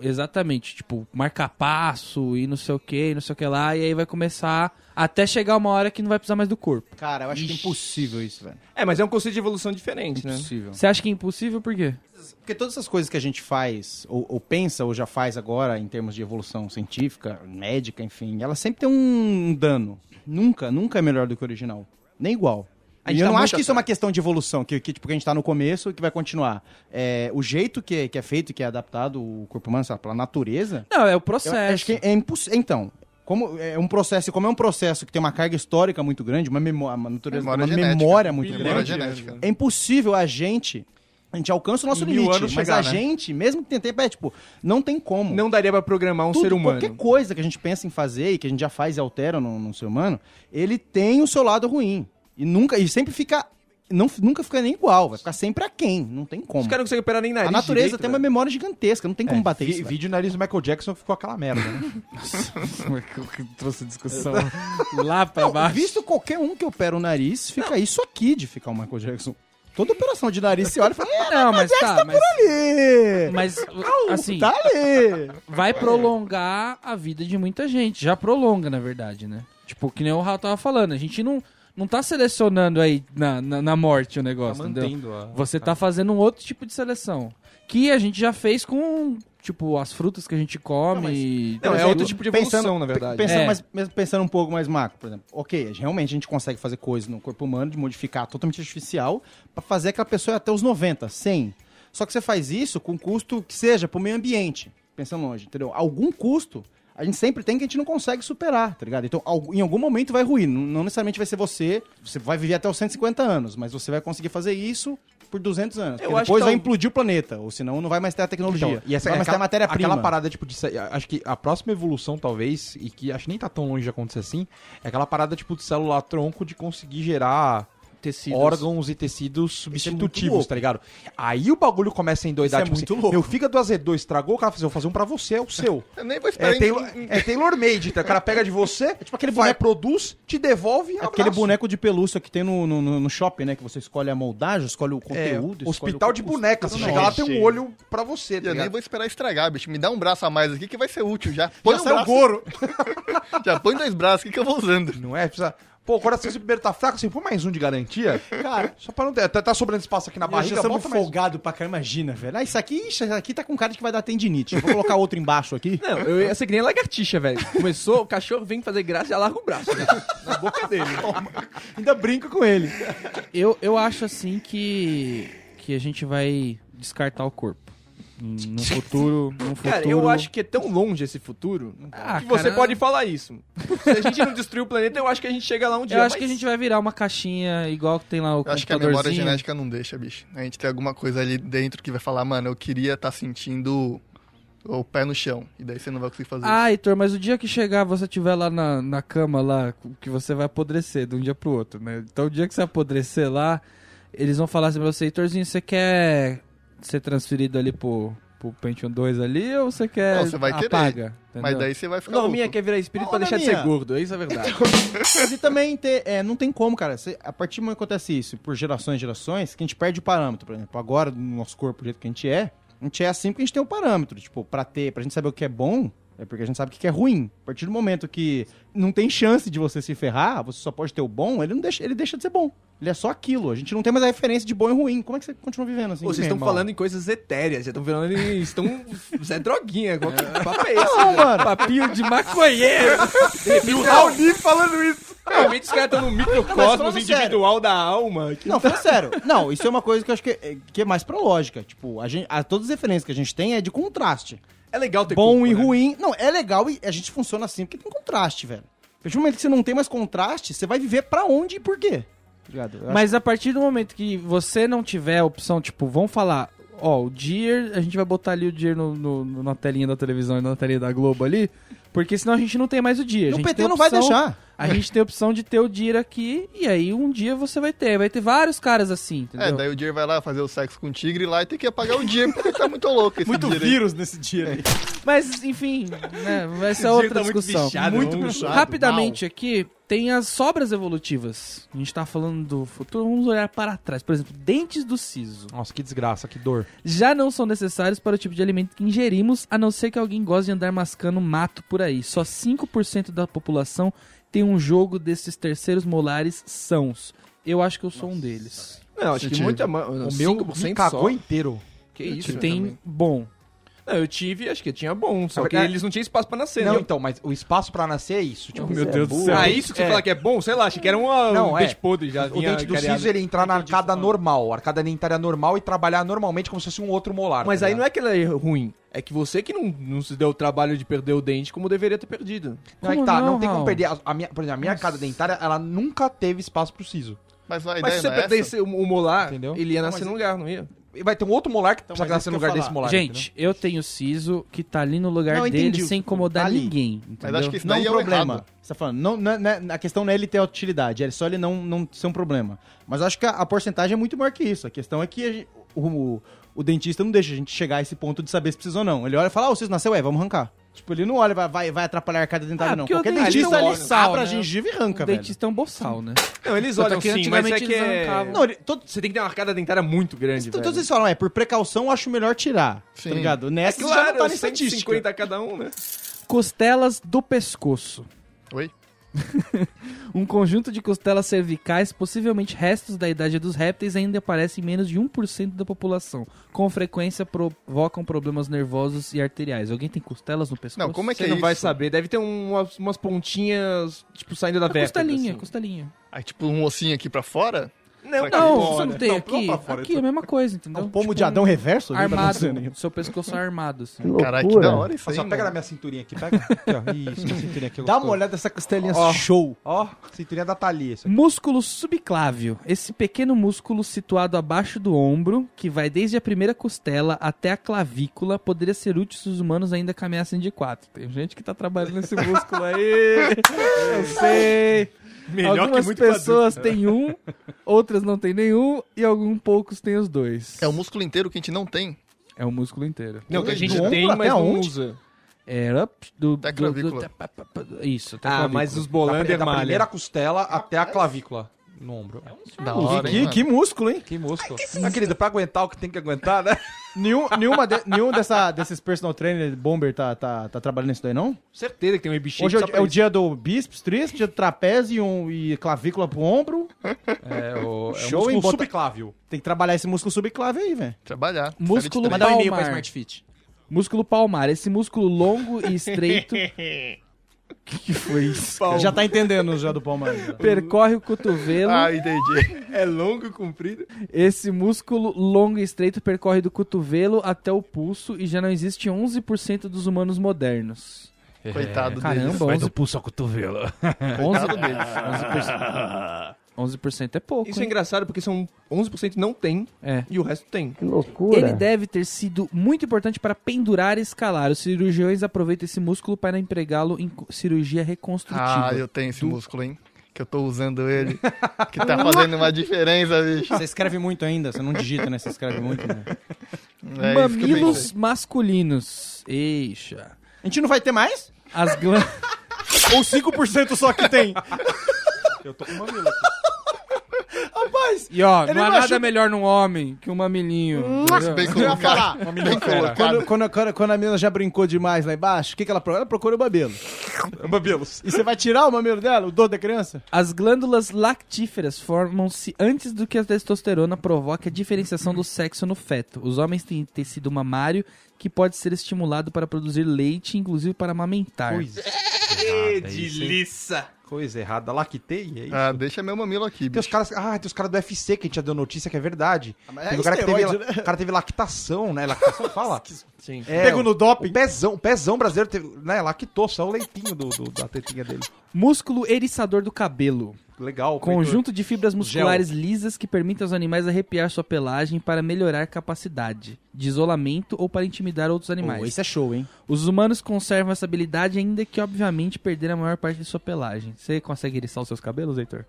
exatamente, tipo, marca-passo e não sei o que, não sei o que lá, e aí vai começar até chegar uma hora que não vai precisar mais do corpo. Cara, eu acho que é impossível isso, velho. É, mas é um conceito de evolução diferente, né? Impossível. Você acha que é impossível por quê? Porque todas essas coisas que a gente faz, ou, ou pensa, ou já faz agora, em termos de evolução científica, médica, enfim, ela sempre tem um dano. Nunca, nunca é melhor do que o original. Nem igual. A e gente eu tá não muito acho que isso é atrás. uma questão de evolução, que, que, tipo, que a gente tá no começo e que vai continuar. É, o jeito que, é- que é feito, que é adaptado o corpo humano, sabe, pela natureza, Não, é o eu processo. acho que é impossível. Então, como é um processo, como é um processo que tem uma carga histórica muito grande, uma memória, uma, natureza, Memória uma genética. memória muito Memória grande, genética. é impossível a gente. A gente alcança o nosso Em mil limite, anos mas chegar, a né? gente, mesmo que tentei, é tipo, não tem como. Não daria pra programar um Tudo, ser humano. Qualquer coisa que a gente pensa em fazer e que a gente já faz e altera no, no ser humano, ele tem o seu lado ruim. E nunca, e sempre fica. Não, nunca fica nem igual, vai ficar sempre aquém. Não tem como. Os caras não conseguem operar nem nariz A natureza direito, tem uma velho. memória gigantesca, não tem como bater É, Vi- isso. velho. Vídeo nariz do Michael Jackson ficou aquela merda, né? que trouxe discussão lá pra Não, baixo. visto qualquer um que opera o nariz, fica isso aqui de ficar o Michael Jackson. Toda operação de nariz você olha e fala, é, Não, mas tá, mas, ali! mas assim, Tá ali! vai prolongar a vida de muita gente. Já prolonga, na verdade, né? Tipo, que nem o Raul tava falando, a gente não, não tá selecionando aí na, na, na morte o negócio, entendeu? Tá a... Você tá fazendo um outro tipo de seleção. Que a gente já fez com, tipo, as frutas que a gente come. e- Não, é exemplo, outro tipo de evolução, pensando- na verdade. né? Pensando, É. mas, mesmo pensando um pouco mais macro, por exemplo. Ok, realmente a gente consegue fazer coisas no corpo humano de modificar totalmente artificial pra fazer aquela pessoa ir até os 90, 100. Só que você faz isso com um custo que seja pro meio ambiente, pensando longe, entendeu? Algum custo a gente sempre tem que a gente não consegue superar, tá ligado? Então, al- em algum momento vai ruir. Não não necessariamente vai ser você, você vai viver até os 150 anos, mas você vai conseguir fazer isso por 200 anos. Eu porque acho depois que vai tal- implodir o planeta, ou senão não vai mais ter a tecnologia. Então, e essa não vai é mais ter a aquela, matéria-prima. aquela parada, tipo, de, sa- acho que a próxima evolução, talvez, e que acho que nem tá tão longe de acontecer assim, é aquela parada, tipo, de celular tronco de conseguir gerar Tecidos. órgãos e tecidos substitutivos, louco. tá ligado? Aí o bagulho começa a Isso endoidar, é tipo muito assim, louco. meu fígado azedou, estragou, o cara fez, eu vou fazer um pra você, é o seu. Eu nem vou esperar É em- Taylor, é Taylor Made, tá? O cara pega de você, tipo aquele boneco, reproduz, te devolve e É aquele um abraço. boneco de pelúcia que tem no, no, no- no shopping, né? Que você escolhe a moldagem, escolhe o É, conteúdo. escolhe hospital o- de bonecas. Você Nossa. chega lá, tem um olho pra você, tá Eu nem ligado? vou esperar estragar, bicho. Me dá um braço a mais aqui que vai ser útil já. Põe Já um saiu o braço, Goro. já põe dois braços aqui que eu vou usando. Não é? Precisa... Pô, o coração esse primeiro tá fraco, assim, põe mais um de garantia. Cara, só pra não ter. Tá, tá sobrando espaço aqui na Nós já barriga, estamos bota mais. folgado pra caramba, imagina, velho. Ah, isso aqui, ixi, isso aqui tá com cara de que vai dar tendinite. Eu vou colocar outro embaixo aqui. Não, eu ia ser que nem lagartixa, velho. Começou, o cachorro vem fazer graça e já larga o braço. né? Na boca dele. Ainda brinco com ele. Eu, eu acho assim que que a gente vai descartar o corpo. Hum, No futuro, no futuro. Cara, eu acho que é tão longe esse futuro Ah, que você cara, pode falar isso. Se a gente não destruir o planeta, eu acho que a gente chega lá um dia. Eu acho mas que a gente vai virar uma caixinha igual que tem lá o Eu acho que a memória computadorzinho. genética não deixa, bicho. A gente tem alguma coisa ali dentro que vai falar, mano, eu queria estar sentindo o pé no chão. E daí você não vai conseguir fazer Ah, Heitor, mas o dia que chegar, você tiver lá na, na cama lá, que você vai apodrecer de um dia pro outro, né? Então o dia que você apodrecer lá, eles vão falar assim pra você, Heitorzinho, você quer ser transferido ali pro, pro Pentium 2 ali ou você quer Não, você vai querer, apaga? isso. Entendeu? Mas daí você vai O ficar. Norminha louco. quer virar espírito Ô, pra deixar de ser Norminha. gordo, isso é verdade. Mas e também ter- é, não tem como, cara. Cê- a partir do momento que acontece isso, por gerações e gerações, que a gente perde o parâmetro. Por exemplo, agora, no nosso corpo, do jeito que a gente é, a gente é assim porque a gente tem um parâmetro. Tipo, pra ter, pra gente saber o que é bom, é porque a gente sabe o que é ruim. A partir do momento que não tem chance de você se ferrar, você só pode ter o bom, ele, não deixa, ele deixa de ser bom. Ele é só aquilo. A gente não tem mais a referência de bom e ruim. Como é que você continua vivendo assim? Pô, vocês estão irmão? falando em coisas etéreas, já estão falando em. Estão. Zé Droguinha, qual que papo é esse? Não, mano. Papinho de maconheiro! E o Raoni falando isso. Realmente os caras estão no Não, mas microcosmos falando individual da alma. que- Não, falando sério. Não, isso é uma coisa que eu acho que é, que é mais pra lógica. Tipo, a gente, a, todas as referências que a gente tem é de contraste. É legal ter bom culpa, e né? ruim. Não, é legal e a gente funciona assim porque tem contraste, velho. A partir do momento que você não tem mais contraste, você vai viver pra onde e por quê? Obrigado. Mas a partir do momento que você não tiver a opção, tipo, vão falar, ó, o Deer, a gente vai botar ali o Deer no, no- no- na telinha da televisão e na telinha da Globo ali, porque senão a gente não tem mais o Deer. A o gente PT tem a não vai opção- deixar. A gente tem a opção de ter o Deer aqui, e aí um dia você vai ter. Vai ter vários caras assim, entendeu? É, daí o Dier vai lá fazer o sexo com o tigre lá e tem que apagar o Dier porque tá muito louco esse Dier aí. nesse dia aí. Mas, enfim, né, essa é O Dier outra tá muito discussão. bichado, Muito vamos- bichado. Rapidamente aqui, tem as sobras evolutivas. A gente tá falando do futuro, vamos olhar para trás. Por exemplo, dentes do siso. Nossa, que desgraça, que dor. já não são necessários para o tipo de alimento que ingerimos, a não ser que alguém goste de andar mascando mato por aí. Só 5% da população tem um jogo desses terceiros molares sãos. Eu acho que eu sou um deles. Não, acho que Sentido. muita. ma- O meu 5% me só. cagou inteiro. Que Que isso, tem também. bom. Não, eu tive, acho que eu tinha bom, só Na que verdade- eles não tinham espaço pra nascer, Não, né? então, mas o espaço pra nascer é isso. Tipo, Meu Deus do céu. Ah, isso que você É. fala que é bom? Sei lá, achei que era uma, Não, um é. dente é- podre já. o vinha dente do cariado. siso ele entrar na arcada normal, arcada dentária normal e trabalhar normalmente como se fosse um outro molar. Mas aí não é que ela é ruim. É que você que não, não se deu o trabalho de perder o dente como deveria ter perdido. Não, é que Como tá, não, não, tem como Raul? perder. A, a minha, por exemplo, a minha arcada dentária, ela nunca teve espaço pro siso. Mas a Mas ideia se não você é essa? perdesse o, o molar, Entendeu? ele ia Não, nascer mas- num lugar, não é- ia? E vai ter um outro molar que Então, precisa mas isso nascer no que eu lugar ia desse falar. molar. Gente, eu tenho siso que tá ali no lugar Não, eu dele entendi. sem incomodar Tá ali. ninguém. Mas entendeu? acho que isso Não é daí um é o errado. problema. Você tá falando, não, não, não- a questão não é ele ter utilidade, é só ele não, não ser um problema. Mas eu acho que a, a porcentagem é muito maior que isso. A questão é que a gente- o, o- o dentista não deixa a gente chegar a esse ponto de saber se precisa ou não. Ele olha e fala, ah, o siso nasceu, é, vamos arrancar. Tipo, ele não olha, vai, vai, vai atrapalhar a arcada dentária, Ah, não. porque o Qualquer dentista dentista, olha ele o sal, abre a né? gengiva e O arranca, velho. dentista é um boçal, né? Não, eles Tanto olham que sim, mas é antigamente que... eles é- arrancavam. Não, ele- todo- você tem que ter uma arcada dentária muito grande, Então, velho. todos eles falam, é, por precaução, eu acho melhor tirar. Sim. Tá ligado? É Nessa já claro, não tá na estatística. 150 cada um, né? Costelas do pescoço. Oi? Um conjunto de costelas cervicais, possivelmente restos da idade dos répteis, ainda aparecem em menos de 1% da população. Com frequência provocam problemas nervosos e arteriais. Alguém tem costelas no pescoço? Não, como é que Você é não isso? vai saber. Deve ter um, umas, umas pontinhas, tipo, saindo da é vértebra. costelinha, assim. costelinha. Aí, tipo, um ossinho aqui pra fora? Não, Pra Não, fora. você não tem aqui? aqui é a mesma coisa, entendeu? É um pomo Tipo, de Adão reverso? né, tá armado. acontecendo aí? Seu pescoço é armado, assim. Caralho, que da hora isso aí. Só pega na mano. minha cinturinha aqui, pega. Aqui, ó. Isso, minha cinturinha aqui. Dá gostoso. uma olhada nessa costelinha Ó. show. Ó, cinturinha da Thalia. Isso aqui. Músculo subclávio. Esse pequeno músculo situado abaixo do ombro, que vai desde a primeira costela até a clavícula, poderia ser útil se os humanos ainda caminhassem de quatro. Tem gente que tá trabalhando nesse músculo aí. Eu sei. Algumas pessoas têm um, outras não têm nenhum, e alguns poucos têm os dois. É o músculo inteiro que a gente não tem. É o músculo inteiro. Não, que a gente Do ombro tem, um até mas não onde? usa. Era do... Até a do- do- clavícula. pa- pa- pa- Isso, até a Ah, clavícula. mas os Da, pri- Bolander da primeira malha. costela até a clavícula no ombro. É um Da hora, hein, Que, mano? que músculo, hein? Que músculo. Ah, querido, pra aguentar o que tem que aguentar, né? Nenhum, nenhuma de- nenhum dessa, desses personal trainer bomber tá, tá, tá trabalhando nisso daí, não? Certeza que tem um e-bichete Hoje é, só o- pra é o isso. dia do bíceps, tríceps, dia do trapézio e, um- e clavícula pro ombro. É, o, é Show, o hein, músculo bota- subclávio. Tem que trabalhar esse músculo subclave aí, velho. Trabalhar. Músculo Sabe de palmar. Mandar um e-mail pra Smart Fit. Músculo palmar. Esse músculo longo e estreito... O que, que foi isso? cara? Já tá entendendo já do Palmar. percorre o cotovelo. Ah, entendi. É longo e comprido. Esse músculo longo e estreito percorre do cotovelo até o pulso e já não existe 11% dos humanos modernos. Coitado Caramba, deles. 11... Pulso ao cotovelo. 11 11%, 11% é pouco. Isso é hein? engraçado porque são 11% não tem É. e o resto tem. Ele deve ter sido muito importante para pendurar e escalar. Os cirurgiões aproveitam esse músculo para empregá-lo em co- cirurgia reconstrutiva. Ah, eu tenho esse músculo, hein? Que eu tô usando ele. Que tá fazendo uma diferença, bicho. Você escreve muito ainda, você não digita, né? Você escreve muito, né? É isso que eu Mamilos pensei. masculinos. Eixa. A gente não vai ter mais? As glândulas. Ou 5% só que tem? Eu tô com uma mamilo. Rapaz, E ó, Ele não há não nada achou- melhor num homem que um Hum. mamilinho. entendeu? Bem eu ia colocado. falar. Bem colocado. Quando, quando- quando- quando a menina já brincou demais lá embaixo, o que, que ela procura? Ela procura o mamilo. Mamilos. E você vai tirar o mamilo dela, o dor da criança? As glândulas lactíferas formam-se antes do que a testosterona provoque a diferenciação do sexo no feto. Os homens têm tecido mamário que pode ser estimulado para produzir leite, inclusive para amamentar. Coisa errada. isso, hein? é. Coisa errada. Lactei, é isso. Ah, deixa meu mamilo aqui, Tem os bicho. caras. Ah, tem os caras do UFC que a gente já deu notícia que é verdade. mas Teve é o cara que teve, esteroide, né? o cara teve lactação, né? Lactação fala. Sim. É, Pego no doping. O pezão, o pezão brasileiro teve, né? Lactou, só o leitinho do, do- da tetinha dele. Músculo eriçador do cabelo. Legal. Conjunto de fibras musculares lisas que permitem aos animais arrepiar sua pelagem para melhorar a capacidade de isolamento ou para intimidar outros animais. Pô, esse é show, hein? Os humanos conservam essa habilidade, ainda que, obviamente, perderam a maior parte de sua pelagem. Você consegue eriçar os seus cabelos, Heitor?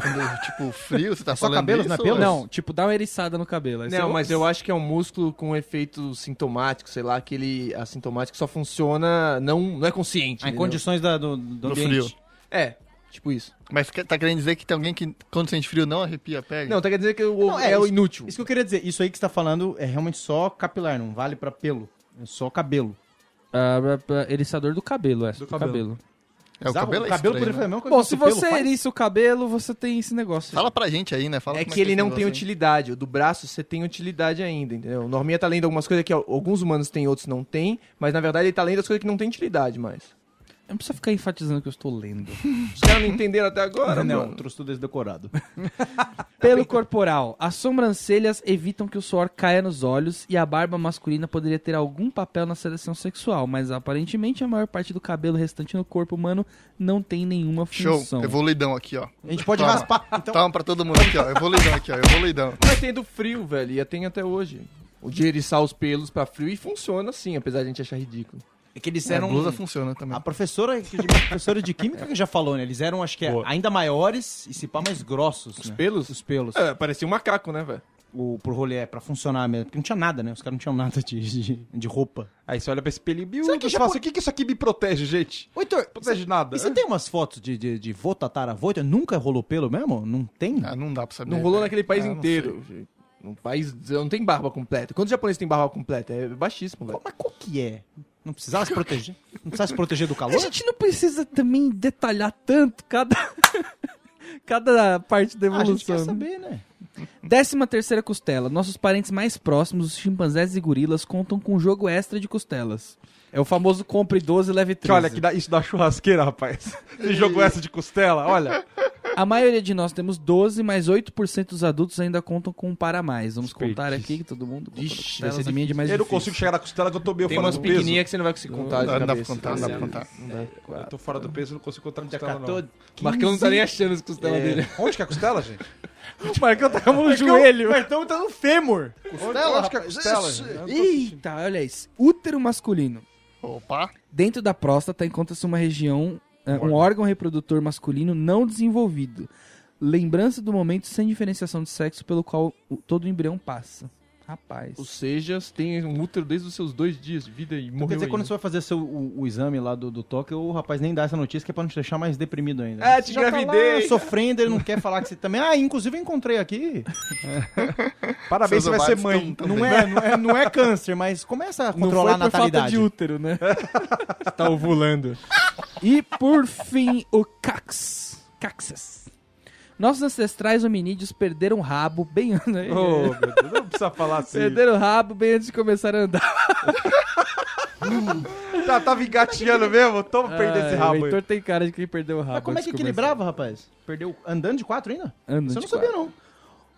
Quando, tipo, frio, você tá só falando cabelos, isso? não é pelo? ou- Não, tipo, dá uma eriçada no cabelo. aí você- Não, mas eu acho que é um músculo com efeito sintomático, sei lá, que ele assintomático só funciona, não, não é consciente. Em entendeu? condições da- do, do Do ambiente. frio. É, tipo isso. Mas que- tá querendo dizer que tem alguém que, quando sente frio, não arrepia a pele? Não, tá querendo dizer que o Não, é, é o isso- inútil. Isso que eu queria dizer, isso aí que você tá falando é realmente só capilar, não vale pra pelo. É só cabelo. Ah, ah, ah, eriçador do cabelo, é. Do, cabelo. É, o cabelo cabelo é estranho, poderia né? fazer a mesma coisa. Bom, que se o pelo você faz. eriça o cabelo, você tem esse negócio. Fala pra gente aí, né? Fala É como que esse ele não tem negócio aí. utilidade. O do braço você tem utilidade ainda, entendeu? O Norminha tá lendo algumas coisas que ó, alguns humanos têm, outros não têm, mas na verdade ele tá lendo as coisas que não tem utilidade mais. Eu não preciso ficar enfatizando que eu estou lendo. Os caras não entenderam até agora, Não, mano. trouxe tudo decorado. Pelo corporal, as sobrancelhas evitam que o suor caia nos olhos e a barba masculina poderia ter algum papel na seleção sexual, mas aparentemente a maior parte do cabelo restante no corpo humano não tem nenhuma Show, função. evoluidão aqui, ó. A gente pode Toma. raspar. Então, Toma pra todo mundo aqui, ó. Evoluidão aqui, ó. Evoluidão. Mas tem do frio, velho, e tem até hoje. O de eriçar os pelos pra frio e funciona assim, apesar de a gente achar ridículo. é né? que eles A eram. blusa funciona também. Ah, A professora, que- a professora de química que já falou, né? Eles eram, acho que, é, ainda maiores e se pá mais grossos. Os pelos? Os pelos. É, parecia um macaco, né, velho? O, pro rolê é pra funcionar mesmo. Porque não tinha nada, né? Os caras não tinham nada de, de, de roupa. Aí você olha pra esse pelinho Será e que que já fala po- assim, o que, que isso aqui me protege, gente? Ô, Heitor, Não protege nada. e você tem umas fotos de, de, de vô, tataravô? Heitor? Nunca rolou pelo mesmo? Não tem? Ah, não dá pra saber. Não rolou velho. naquele país Ah, não inteiro. Um país não tem barba completa. Quantos japoneses têm barba completa? É baixíssimo, velho. Qual- Mas qual que é? Não precisava se proteger? Não precisava se proteger do calor? A gente não precisa também detalhar tanto cada, cada parte da Ah, a gente evolução. quer né? saber, né? Décima terceira costela. Nossos parentes mais próximos, os chimpanzés e gorilas, contam com um jogo extra de costelas. É o famoso compre 12 e leve 13. Que olha, que dá- isso dá churrasqueira, rapaz. Você jogou essa de costela, olha. A maioria de nós temos 12, mas 8% dos adultos ainda contam com um para mais. Vamos contar Desperdício. aqui que todo mundo conta Vixe, costelas, vai ser a minha é de mais eu não difícil. consigo chegar na costela que eu tô meio Tem fora umas do peso. pequenininhas que você não vai conseguir contar. Não, de Ah, não dá pra cabeça. tá contar, não dá pra contar. Eu tô fora do peso, eu não consigo contar na costela, não. O Marcão não tá nem achando as costelas dele. Onde que é a costela, gente? O Marcão tá com o joelho. Então tá no fêmur. Costela? Onde que é a costela? gente? Eu não tô sentindo. Eita, olha isso. Útero masculino. Opa. Dentro da próstata encontra-se uma região, eh, um órgão reprodutor masculino não desenvolvido. Lembrança do momento sem diferenciação de sexo pelo qual o- todo o embrião passa. Rapaz. Ou seja, você tem um útero desde os seus dois dias de vida e Quer morreu né? dizer, quando você ainda. vai fazer seu, o, o exame lá do, do toque, o rapaz nem dá essa notícia que é pra não te deixar mais deprimido ainda. Ah, te Você já Tá engravidei. lá sofrendo, ele não quer falar que você também. Ah, inclusive eu encontrei aqui. Parabéns, Seus você vai ser ovários mãe. tão- tão Não bem. é, não, é, não é câncer, mas começa a Não controlar a foi por falta natalidade. de útero, né? tá ovulando. E por fim, o cax. Caxas. Nossos ancestrais hominídeos perderam o rabo bem antes. Ô, meu Deus, não precisa falar assim. Perderam o rabo bem antes de começar a andar. Tá, tava engatinhando mesmo? Toma perder esse Ai, rabo É, O aí. Heitor tem cara de quem perdeu o rabo. Mas como é que antes de começar. equilibrava, rapaz? Perdeu andando de quatro ainda? Andando Você de não sabia, não.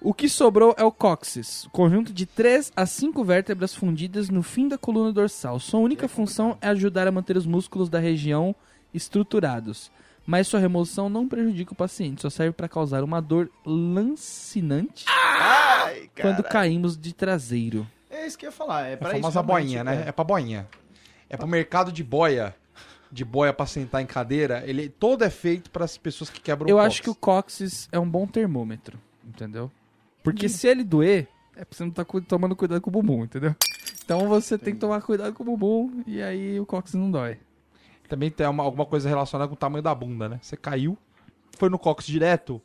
O que sobrou é o cóccix, conjunto de três a cinco vértebras fundidas no fim da coluna dorsal. Sua única função é ajudar a manter os músculos da região estruturados, mas sua remoção não prejudica o paciente, só serve para causar uma dor lancinante quando caímos de traseiro. É isso que eu ia falar. É É pra a isso. famosa realmente, boinha, é. né? É pra boinha. É pro mercado de boia. De boia pra sentar em cadeira. Ele todo é feito pras pessoas que quebram Eu o acho que o cóccix é um bom termômetro, entendeu? Porque se ele doer, é porque você não tá cu- tomando cuidado com o bumbum, entendeu? Então você tem que tomar cuidado com o bumbum e aí o cóccix não dói. Também tem uma- alguma coisa relacionada com o tamanho da bunda, né? Você caiu, foi no cox direto,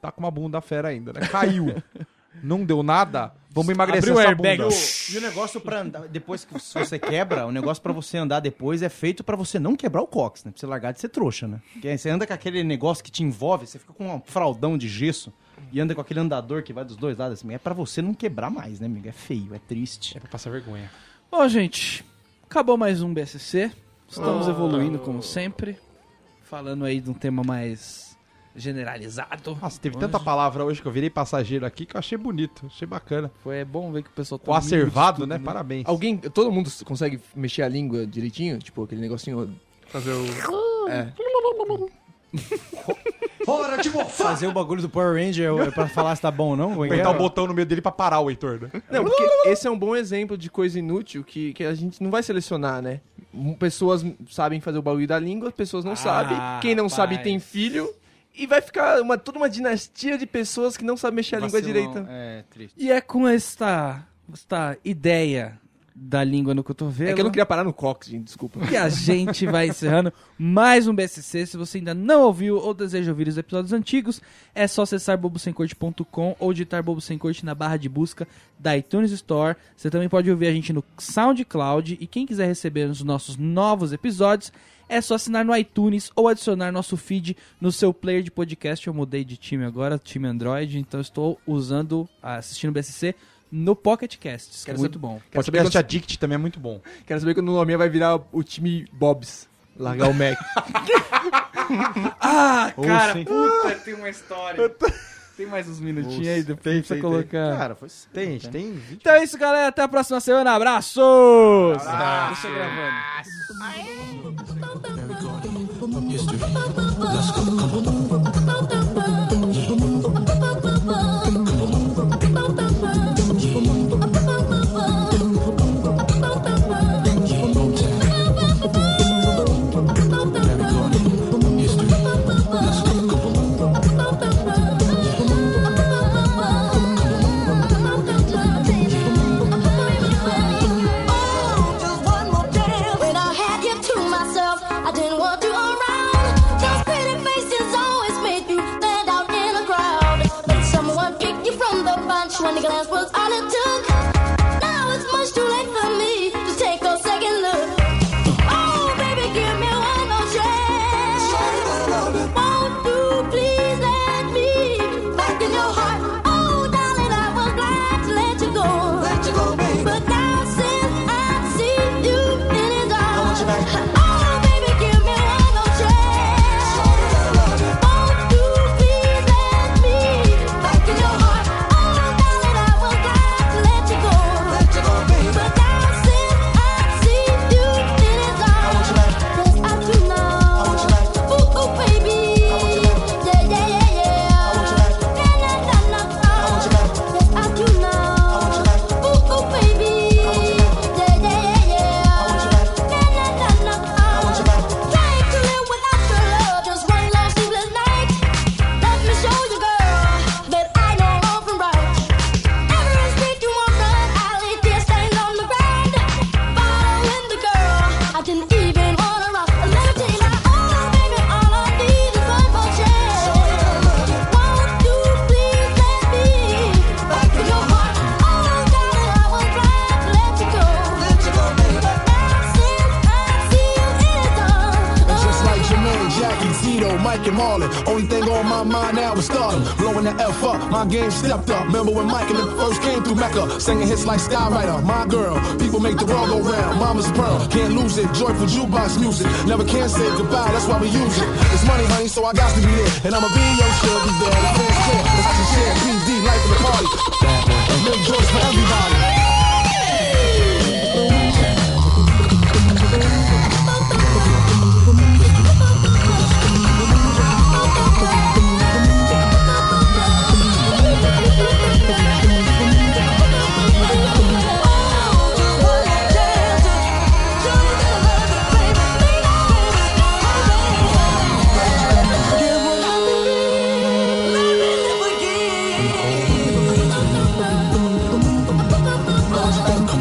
tá com uma bunda fera ainda, né? Caiu. não deu nada, vamos emagrecer Abriu o essa airbag. bunda. E o negócio pra andar, depois que se você quebra, o negócio pra você andar depois é feito pra você não quebrar o cox, né? Pra você largar de ser trouxa, né? Porque aí você anda com aquele negócio que te envolve, você fica com um fraldão de gesso e anda com aquele andador que vai dos dois lados, assim. É pra você não quebrar mais, né, amigo? É feio, é triste. É pra passar vergonha. Bom, gente, acabou mais um BSC. Estamos Ah. evoluindo como sempre. Falando aí de um tema mais generalizado. Nossa, teve tanta palavra hoje que eu virei passageiro aqui que eu achei bonito, achei bacana. Foi bom ver que o pessoal tá O no mínimo de acervado, estudo, né? Parabéns. Alguém, todo mundo consegue mexer a língua direitinho? Tipo, aquele negocinho... Fazer o. É Fazer o bagulho do Power Ranger é pra falar se tá bom ou não? Como é que é? Apertar o um botão no meio dele pra parar o Heitor, né? Não, porque esse é um bom exemplo de coisa inútil que, que a gente não vai selecionar, né? M- Pessoas sabem fazer o bagulho da língua, pessoas Ah, não sabem. Quem não sabe tem filho. E vai ficar uma, toda uma dinastia de pessoas que não sabem mexer a língua Vacilão, direita. É, triste. E é com esta, esta ideia da língua no cotovelo. É que eu não queria parar no cox, gente, desculpa. E a gente vai encerrando mais um BSC. Se você ainda não ouviu ou deseja ouvir os episódios antigos, é só acessar bobosemcorte.com ou digitar Bobo Sem Corte na barra de busca da iTunes Store. Você também pode ouvir a gente no SoundCloud. E quem quiser receber os nossos novos episódios, é só assinar no iTunes ou adicionar nosso feed no seu player de podcast. Eu mudei de time agora, time Android, então estou usando, ah, assistindo o BSC no Pocket Casts, que é Quero muito saber- bom. Quero saber, Podcast quando, Addict também é muito bom. quero saber quando o Nominha vai virar o time Bobs. Largar o Mac. Ah, cara, puta, tem uma história. Tem mais uns minutinhos aí, depois precisa colocar. Ah, Cara, foi Tem, gente, tem 20. Então é isso, galera. Até a próxima semana. Abraços! Deixa eu gravando. I didn't want you around. Those pretty faces always made you stand out in the crowd. Let someone kick you from the bunch when the glance was all it took. Now it's much too late for me to take a second look. Oh, baby, give me one more chance. Won't you please let me back in your heart? Oh, darling, I was glad to let you go. But now since I see you in his arms, oh, baby, give me one more chance. Won't you please let me back in your heart? Oh, darling, I was glad to let you go. But now since I see you in his arms, yes, I do now. Ooh, ooh, baby, yeah, yeah, yeah, yeah. Na, na, na, na, na. Yes, I do now. Ooh, ooh, baby, yeah, yeah, yeah, yeah. Na, na, na, na, na. Trying to live without your love, just one long sleepless night. Let me show you, girl, that I know wrong from right. Every street you walk down, I lay there stained on the ground, following the girl. I didn't even wanna rock. Let me tell you now, oh baby, all I need is one more chance. Won't you please let me back in your heart? Oh, darling, I was glad to let you go. But now since I see you, it is on. Just like Jermaine, Jackie, Zito, Mike, and Marlon. Only thing on my mind now is stardom. Blowing the F up, my game stepped up. Remember when Mike and the first came through Mecca, singing hits like Skywriter, my girl. People make the world go round, mama's pearl. Can't lose it, joyful jukebox music. Never can say goodbye, that's why we use it. It's money, honey, so I got to be there. And I'ma be your shit, be there. The fans care, it's like a share, PD, life of the party. Big joys for everybody.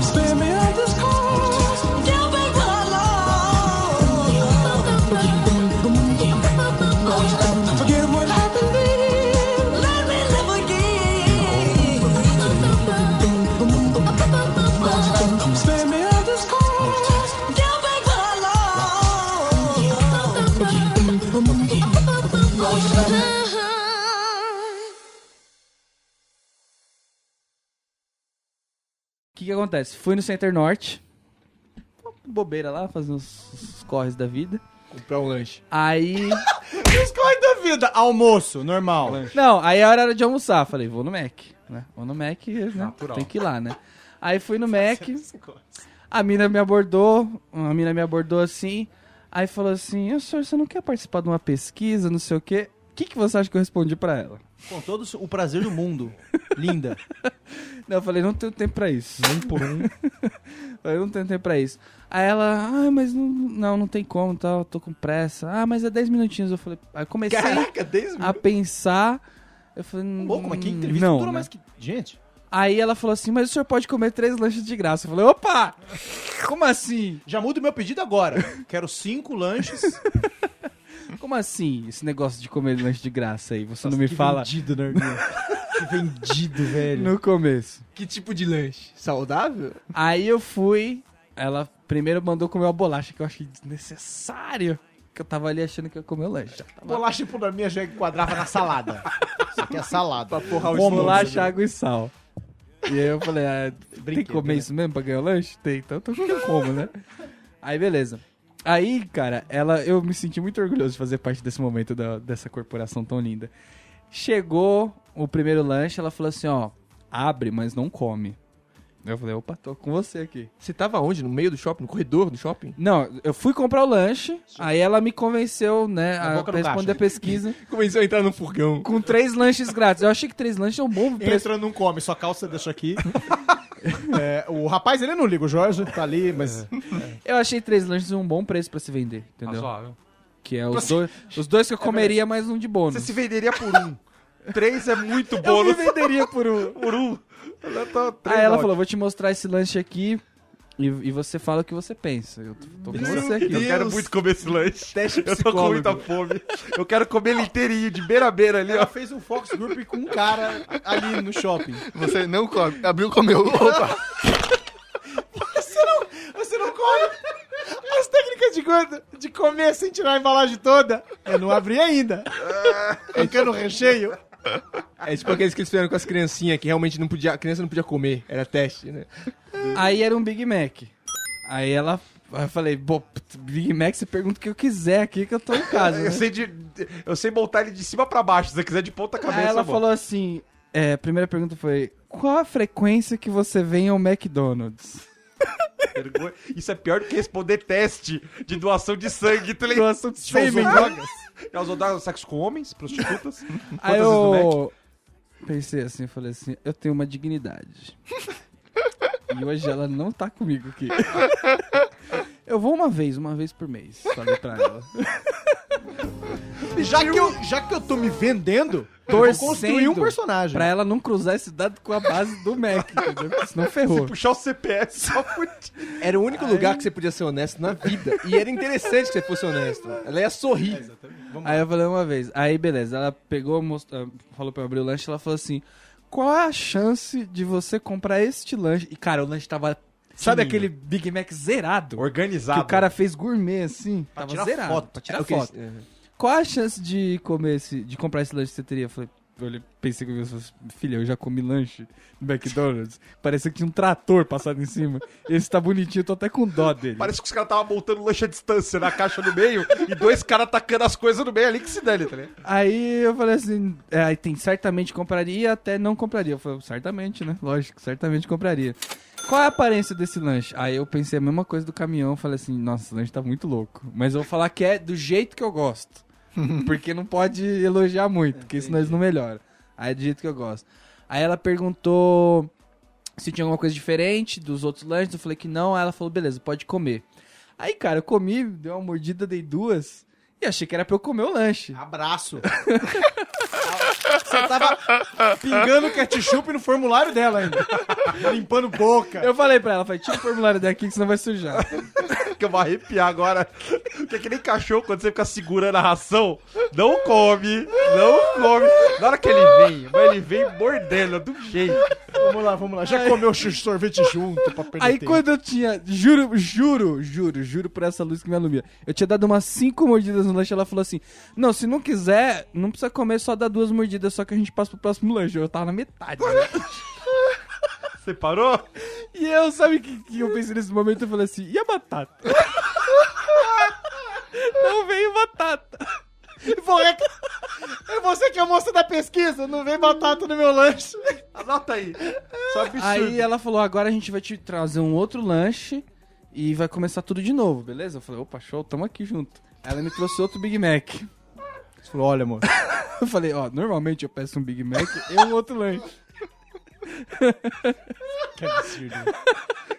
Spare me all this cold. Give me Forget what happened then. Let me live again. Spare me all this cold. Give me O que, que acontece? Fui no Center Norte, bobeira lá, fazer uns, uns corres da vida. Comprar um lanche. Aí. Escolhe da vida. Almoço, normal. Não, aí a hora era de almoçar. Falei, vou no Mac. Né? Vou no Mac, né? tem que ir lá, né? Aí fui no Mac, a mina me abordou, a mina me abordou assim, aí falou assim, "Ô, senhor, você não quer participar de uma pesquisa, não sei o quê? O que, que você acha que eu respondi pra ela? Com todo o prazer do mundo. Linda. Não, eu falei, não tenho tempo pra isso. Nem por um. falei, não tenho tempo pra isso. Aí ela, ah, mas não, não, não tem como, tá, eu tô com pressa. Ah, mas é 10 minutinhos. Eu falei, aí eu comecei desde a pensar. Eu falei, Louco, mas é que entrevista não, dura né? mais que. Gente. Aí ela falou assim, mas o senhor pode comer três lanches de graça. Eu falei, opa, como assim? Já mudo meu pedido agora. Quero cinco lanches. Como assim esse negócio de comer lanche de graça aí? Você não me fala Vendido, Nerdinho. que vendido, velho. no começo. Que tipo de lanche? Saudável? Aí eu fui, ela Primeiro mandou comer uma bolacha, que eu achei desnecessário. Que eu tava ali achando que ia comer o lanche. Já tava Bolacha e pudorminha já enquadrava na salada. Isso aqui é salada. bolacha, água e sal. E aí eu falei, ah, tem que comer isso mesmo pra ganhar o lanche? Tem, então tô eu como, né? Aí beleza. Aí, cara, ela, eu me senti muito orgulhoso de fazer parte desse momento da- dessa corporação tão linda. Chegou o primeiro lanche, ela falou assim, ó, abre, mas não come. Eu falei, opa, tô com você aqui. Você tava onde? No meio do shopping? No corredor do shopping? Não, eu fui comprar o lanche, aí ela me convenceu, né, a boca do responder caixa. a pesquisa Começou a entrar num furgão. com três lanches grátis. Eu achei que três lanches é um bom preço. Entra, não come, sua calça deixa aqui. É, o rapaz, ele não liga, o Jorge tá ali, mas. Eu achei três lanches um bom preço pra se vender, entendeu? Razoável. Que é os dois, os dois que eu comeria mais um de Você bônus. se venderia por um. Três é muito Eu me bônus. venderia por um. por um. Ela tá três Aí ela ótimo. falou, vou te mostrar esse lanche aqui e, e você fala o que você pensa. Eu tô, tô com é você aqui. Eu quero muito comer esse lanche. eu tô com muita fome. Eu quero comer ele inteirinho, de beira a beira ali, ó. Ela fez um Fox Group com um cara ali no shopping. Você não come. Abriu, comeu. Opa! Você não come! As técnicas de, gordo, de comer sem tirar a embalagem toda, eu não abri ainda. É. Ficando o recheio. É tipo aqueles que eles fizeram com as criancinhas, que realmente não podia, a criança não podia comer. Era teste, né? Aí era um Big Mac. Aí ela. Aí eu falei, pô, Big Mac, você pergunta o que eu quiser aqui que eu tô em casa. né? Eu sei, de, eu sei montar ele de cima pra baixo. Se você quiser de ponta cabeça, Aí ela eu vou. falou assim: é, a primeira pergunta foi: qual a frequência que você vem ao McDonald's? Vergonha. Isso é pior do que responder teste de doação de sangue. Tá ligado? Doação de sêmen. drogas. Elas odaram sexo com homens, prostitutas. Quantas Aí vezes no Mac? eu pensei assim, eu falei assim, eu tenho uma dignidade. e hoje ela não tá comigo aqui. Eu vou uma vez, uma vez por mês, falei pra ela. Já que, eu, já que eu tô me vendendo, eu Torcendo vou construir um personagem. Pra ela não cruzar esse dado com a base do Mac, entendeu? Porque senão ferrou. Puxar o CPS só por ti. Era o único lugar que você podia ser honesto na vida. E era interessante que você fosse honesto. Ela ia É, sorrir. Aí eu falei uma vez. Aí beleza, ela pegou, mostrou, falou pra eu abrir o lanche, ela falou assim: qual é a chance de você comprar este lanche? E cara, o lanche tava. Sabe Fininho. aquele Big Mac zerado? Organizado. Que o cara fez gourmet, assim. tava tirar zerado. foto, pra É tirar o que eles- foto. Qual a chance de comer esse, de comprar esse lanche que você teria? Eu falei, eu olhei- pensei comigo, eu falei, filha, eu já comi lanche no McDonald's. Parecia que tinha um trator passado em cima. Esse tá bonitinho, eu tô até com dó dele. Parece que os caras tá- estavam montando lanche à distância na caixa no meio e dois caras tacando as coisas no meio ali que se dane, tá ligado? Aí eu falei assim, é, aí tem certamente compraria e até não compraria. Eu falei, certamente, né? Lógico, certamente compraria. Qual é a aparência desse lanche? Aí eu pensei a mesma coisa do caminhão, falei assim, nossa, esse lanche tá muito louco. Mas eu vou falar que é do jeito que eu gosto. Porque não pode elogiar muito, porque senão eles não melhoram. Aí é do jeito que eu gosto. Aí ela perguntou se tinha alguma coisa diferente dos outros lanches. Eu falei que não. Aí ela falou, beleza, pode comer. Aí, cara, eu comi, dei uma mordida, dei duas. E achei que era pra eu comer o lanche. Abraço. Você tava pingando ketchup no formulário dela ainda. Limpando boca. Eu falei pra ela, falei, tira o formulário daqui que senão vai sujar. Que eu vou arrepiar agora. Que é que nem cachorro quando você fica segurando a ração. Não come, não come. Na hora que ele vem, mas ele vem mordendo do jeito. Vamos lá, vamos lá. Já comeu chu- sorvete junto pra perder Aí tempo. quando eu tinha, juro, juro, juro, juro por essa luz que me alumia. Eu tinha dado umas cinco mordidas no lanche, ela falou assim: "Não, se não quiser, não precisa comer, só dá duas mordidas, só que a gente passa pro próximo lanche". Eu tava na metade. né? Você parou? E eu, sabe o que, que eu pensei nesse momento? Eu falei assim: "E a batata?". não veio batata. Pô, é, que- é você que é a moça da pesquisa, não vem batata no meu lanche. Anota aí. Só absurdo. Aí ela falou: agora a gente vai te trazer um outro lanche e vai começar tudo de novo, beleza? Eu falei: opa, show, tamo aqui junto. Ela me trouxe outro Big Mac. Você falou, olha, amor. Eu falei: ó, normalmente eu peço um Big Mac e um outro lanche.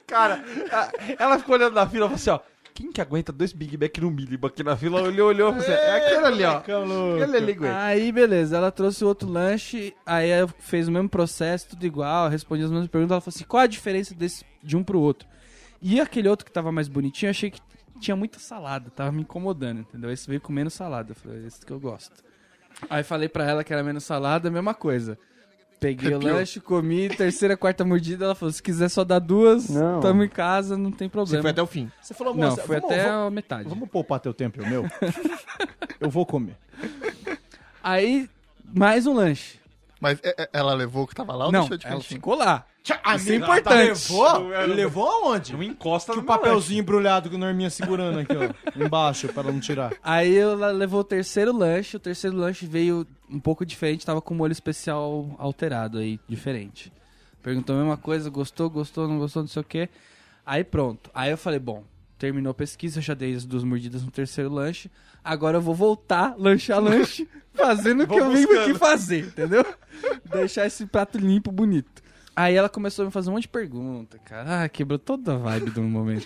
Cara, a- ela ficou olhando na fila e falou assim, ó. Quem que aguenta dois Big Mac no mínimo aqui na fila? Olhou, olhou, falou assim, é aquele ali, ó. Aquele ali, aguenta. Aí, beleza, ela trouxe outro lanche, aí ela fez o mesmo processo, tudo igual, eu respondi as mesmas perguntas. Ela falou assim: qual a diferença desse, de um pro outro? E aquele outro que tava mais bonitinho, eu achei que tinha muita salada, tava me incomodando, entendeu? Esse veio com "É menos salada. Eu falei: esse que eu gosto. Aí falei pra ela que era menos salada, mesma coisa. Peguei o Arrepiou. lanche, comi, terceira, quarta mordida. Ela falou: se quiser só dar duas, Não. tamo em casa, não tem problema. Foi até o fim. Você falou, Não, moça, foi vamos- até vamos- a metade. Vamos poupar teu tempo e o meu? eu vou comer. Aí, mais um lanche. Mas é- é- ela levou o que tava lá ou não, deixou de ela cantinho? ficou lá. Isso é tá importante. Levou? Levou aonde? um Não encosta Que no o papel. um papelzinho embrulhado que o Norminha segurando aqui, ó. Embaixo, pra não tirar. Aí ela levou o terceiro lanche. O terceiro lanche veio um pouco diferente, tava com um molho especial alterado aí, diferente. Perguntou a mesma coisa, gostou, gostou, não gostou, não sei o quê. Aí pronto. Aí eu falei, bom, terminou a pesquisa, eu já dei as duas mordidas no terceiro lanche. Agora eu vou voltar, lanchar lanche, fazendo o que eu vim aqui fazer, entendeu? Deixar esse prato limpo, bonito. Aí ela começou a me fazer um monte de pergunta, cara. Ah, quebrou toda a vibe do momento.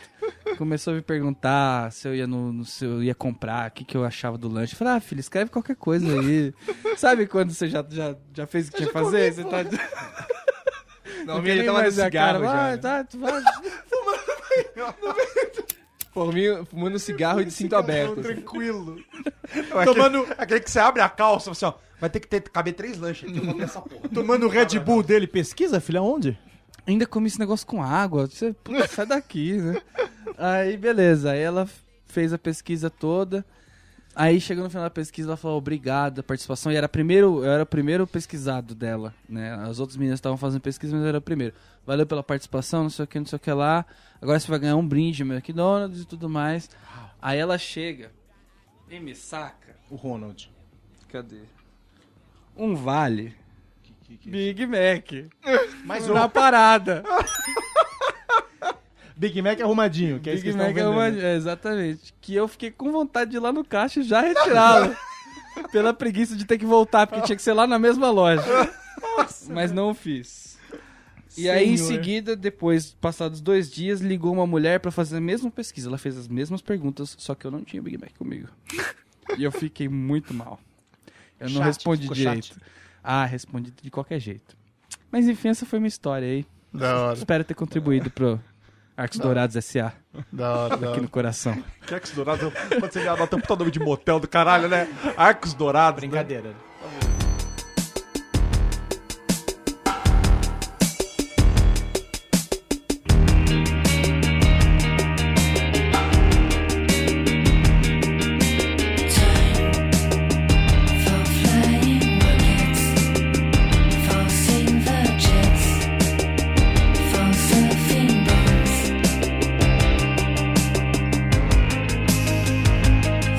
Começou a me perguntar se eu ia no, no- se eu ia comprar, o que, que eu achava do lanche. Eu falei, ah, filho, escreve qualquer coisa aí. Sabe quando você já, já, já fez o que tinha que fazer? Você tá. Não, quer nem mais ver a cara. Ah, tá, tu vai. Por mim, fumando cigarro de cinto aberto. assim. Tranquilo. Tomando... Aquele, que você abre a calça, assim, ó. Vai ter que ter, caber três lanches aqui, eu vou essa porra. Tomando o Red Bull dele. Pesquisa, filha, onde? ainda come esse negócio com água, você puta, sai daqui, né? Aí, beleza, aí ela fez a pesquisa toda. Aí chegou no final da pesquisa, ela falou obrigado a participação. E era primeiro, eu era o primeiro pesquisado dela, né? As outras meninas estavam fazendo pesquisa, mas eu era o primeiro. Valeu pela participação, não sei o que, não sei o que lá. Agora você vai ganhar um brinde, meu McDonald's e tudo mais. Aí ela chega e me saca. O Ronald. Cadê? Um vale. Big Mac. Mais Na parada. Big Mac arrumadinho, que é isso que Big eles Mac é estão uma... vendendo. é, exatamente. Que eu fiquei com vontade de ir lá no caixa e já retirá-lo. pela preguiça de ter que voltar, porque tinha que ser lá na mesma loja. Mas não o fiz. E aí, em seguida, depois, passados dois dias, ligou uma mulher pra fazer a mesma pesquisa. Ela fez as mesmas perguntas, só que eu não tinha Big Mac comigo. e eu fiquei muito mal. Eu não Chato, respondi ficou direito. Ah, respondi de qualquer jeito. Mas enfim, essa foi minha história aí. Da hora, Espero ter contribuído pro Arcos Dourados S.A. da hora, da aqui no hora. coração. Que Arcos Dourados, quando você me anota um puta nome de motel do caralho, né? Arcos Dourados. né? Brincadeira.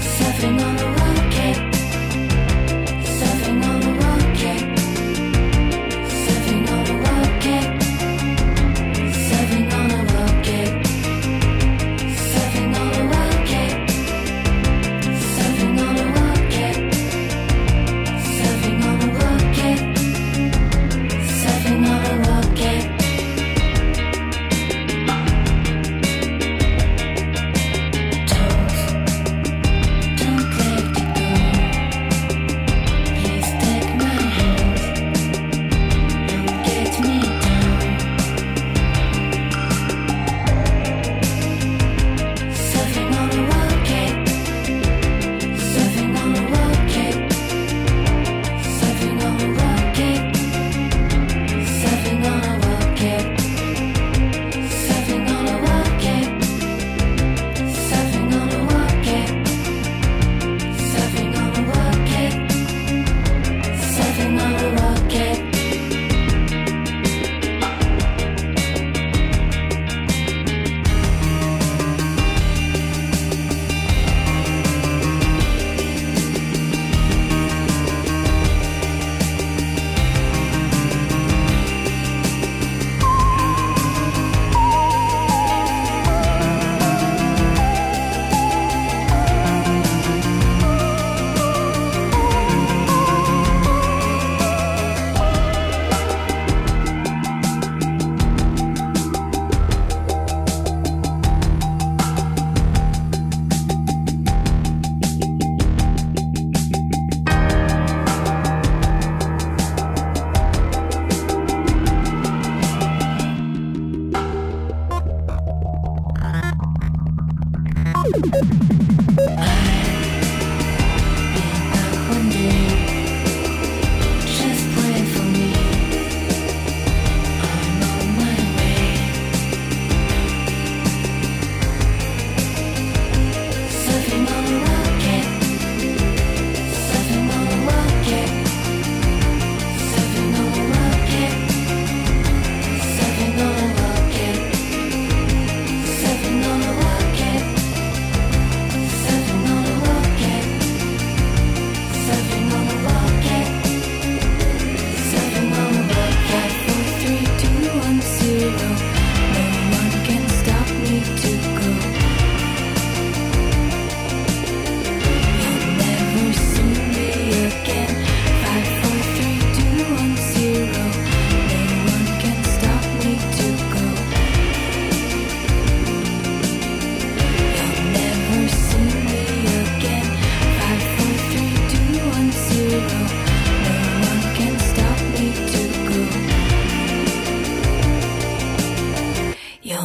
Surfing on a rocket, surfing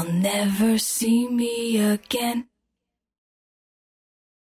never see me again.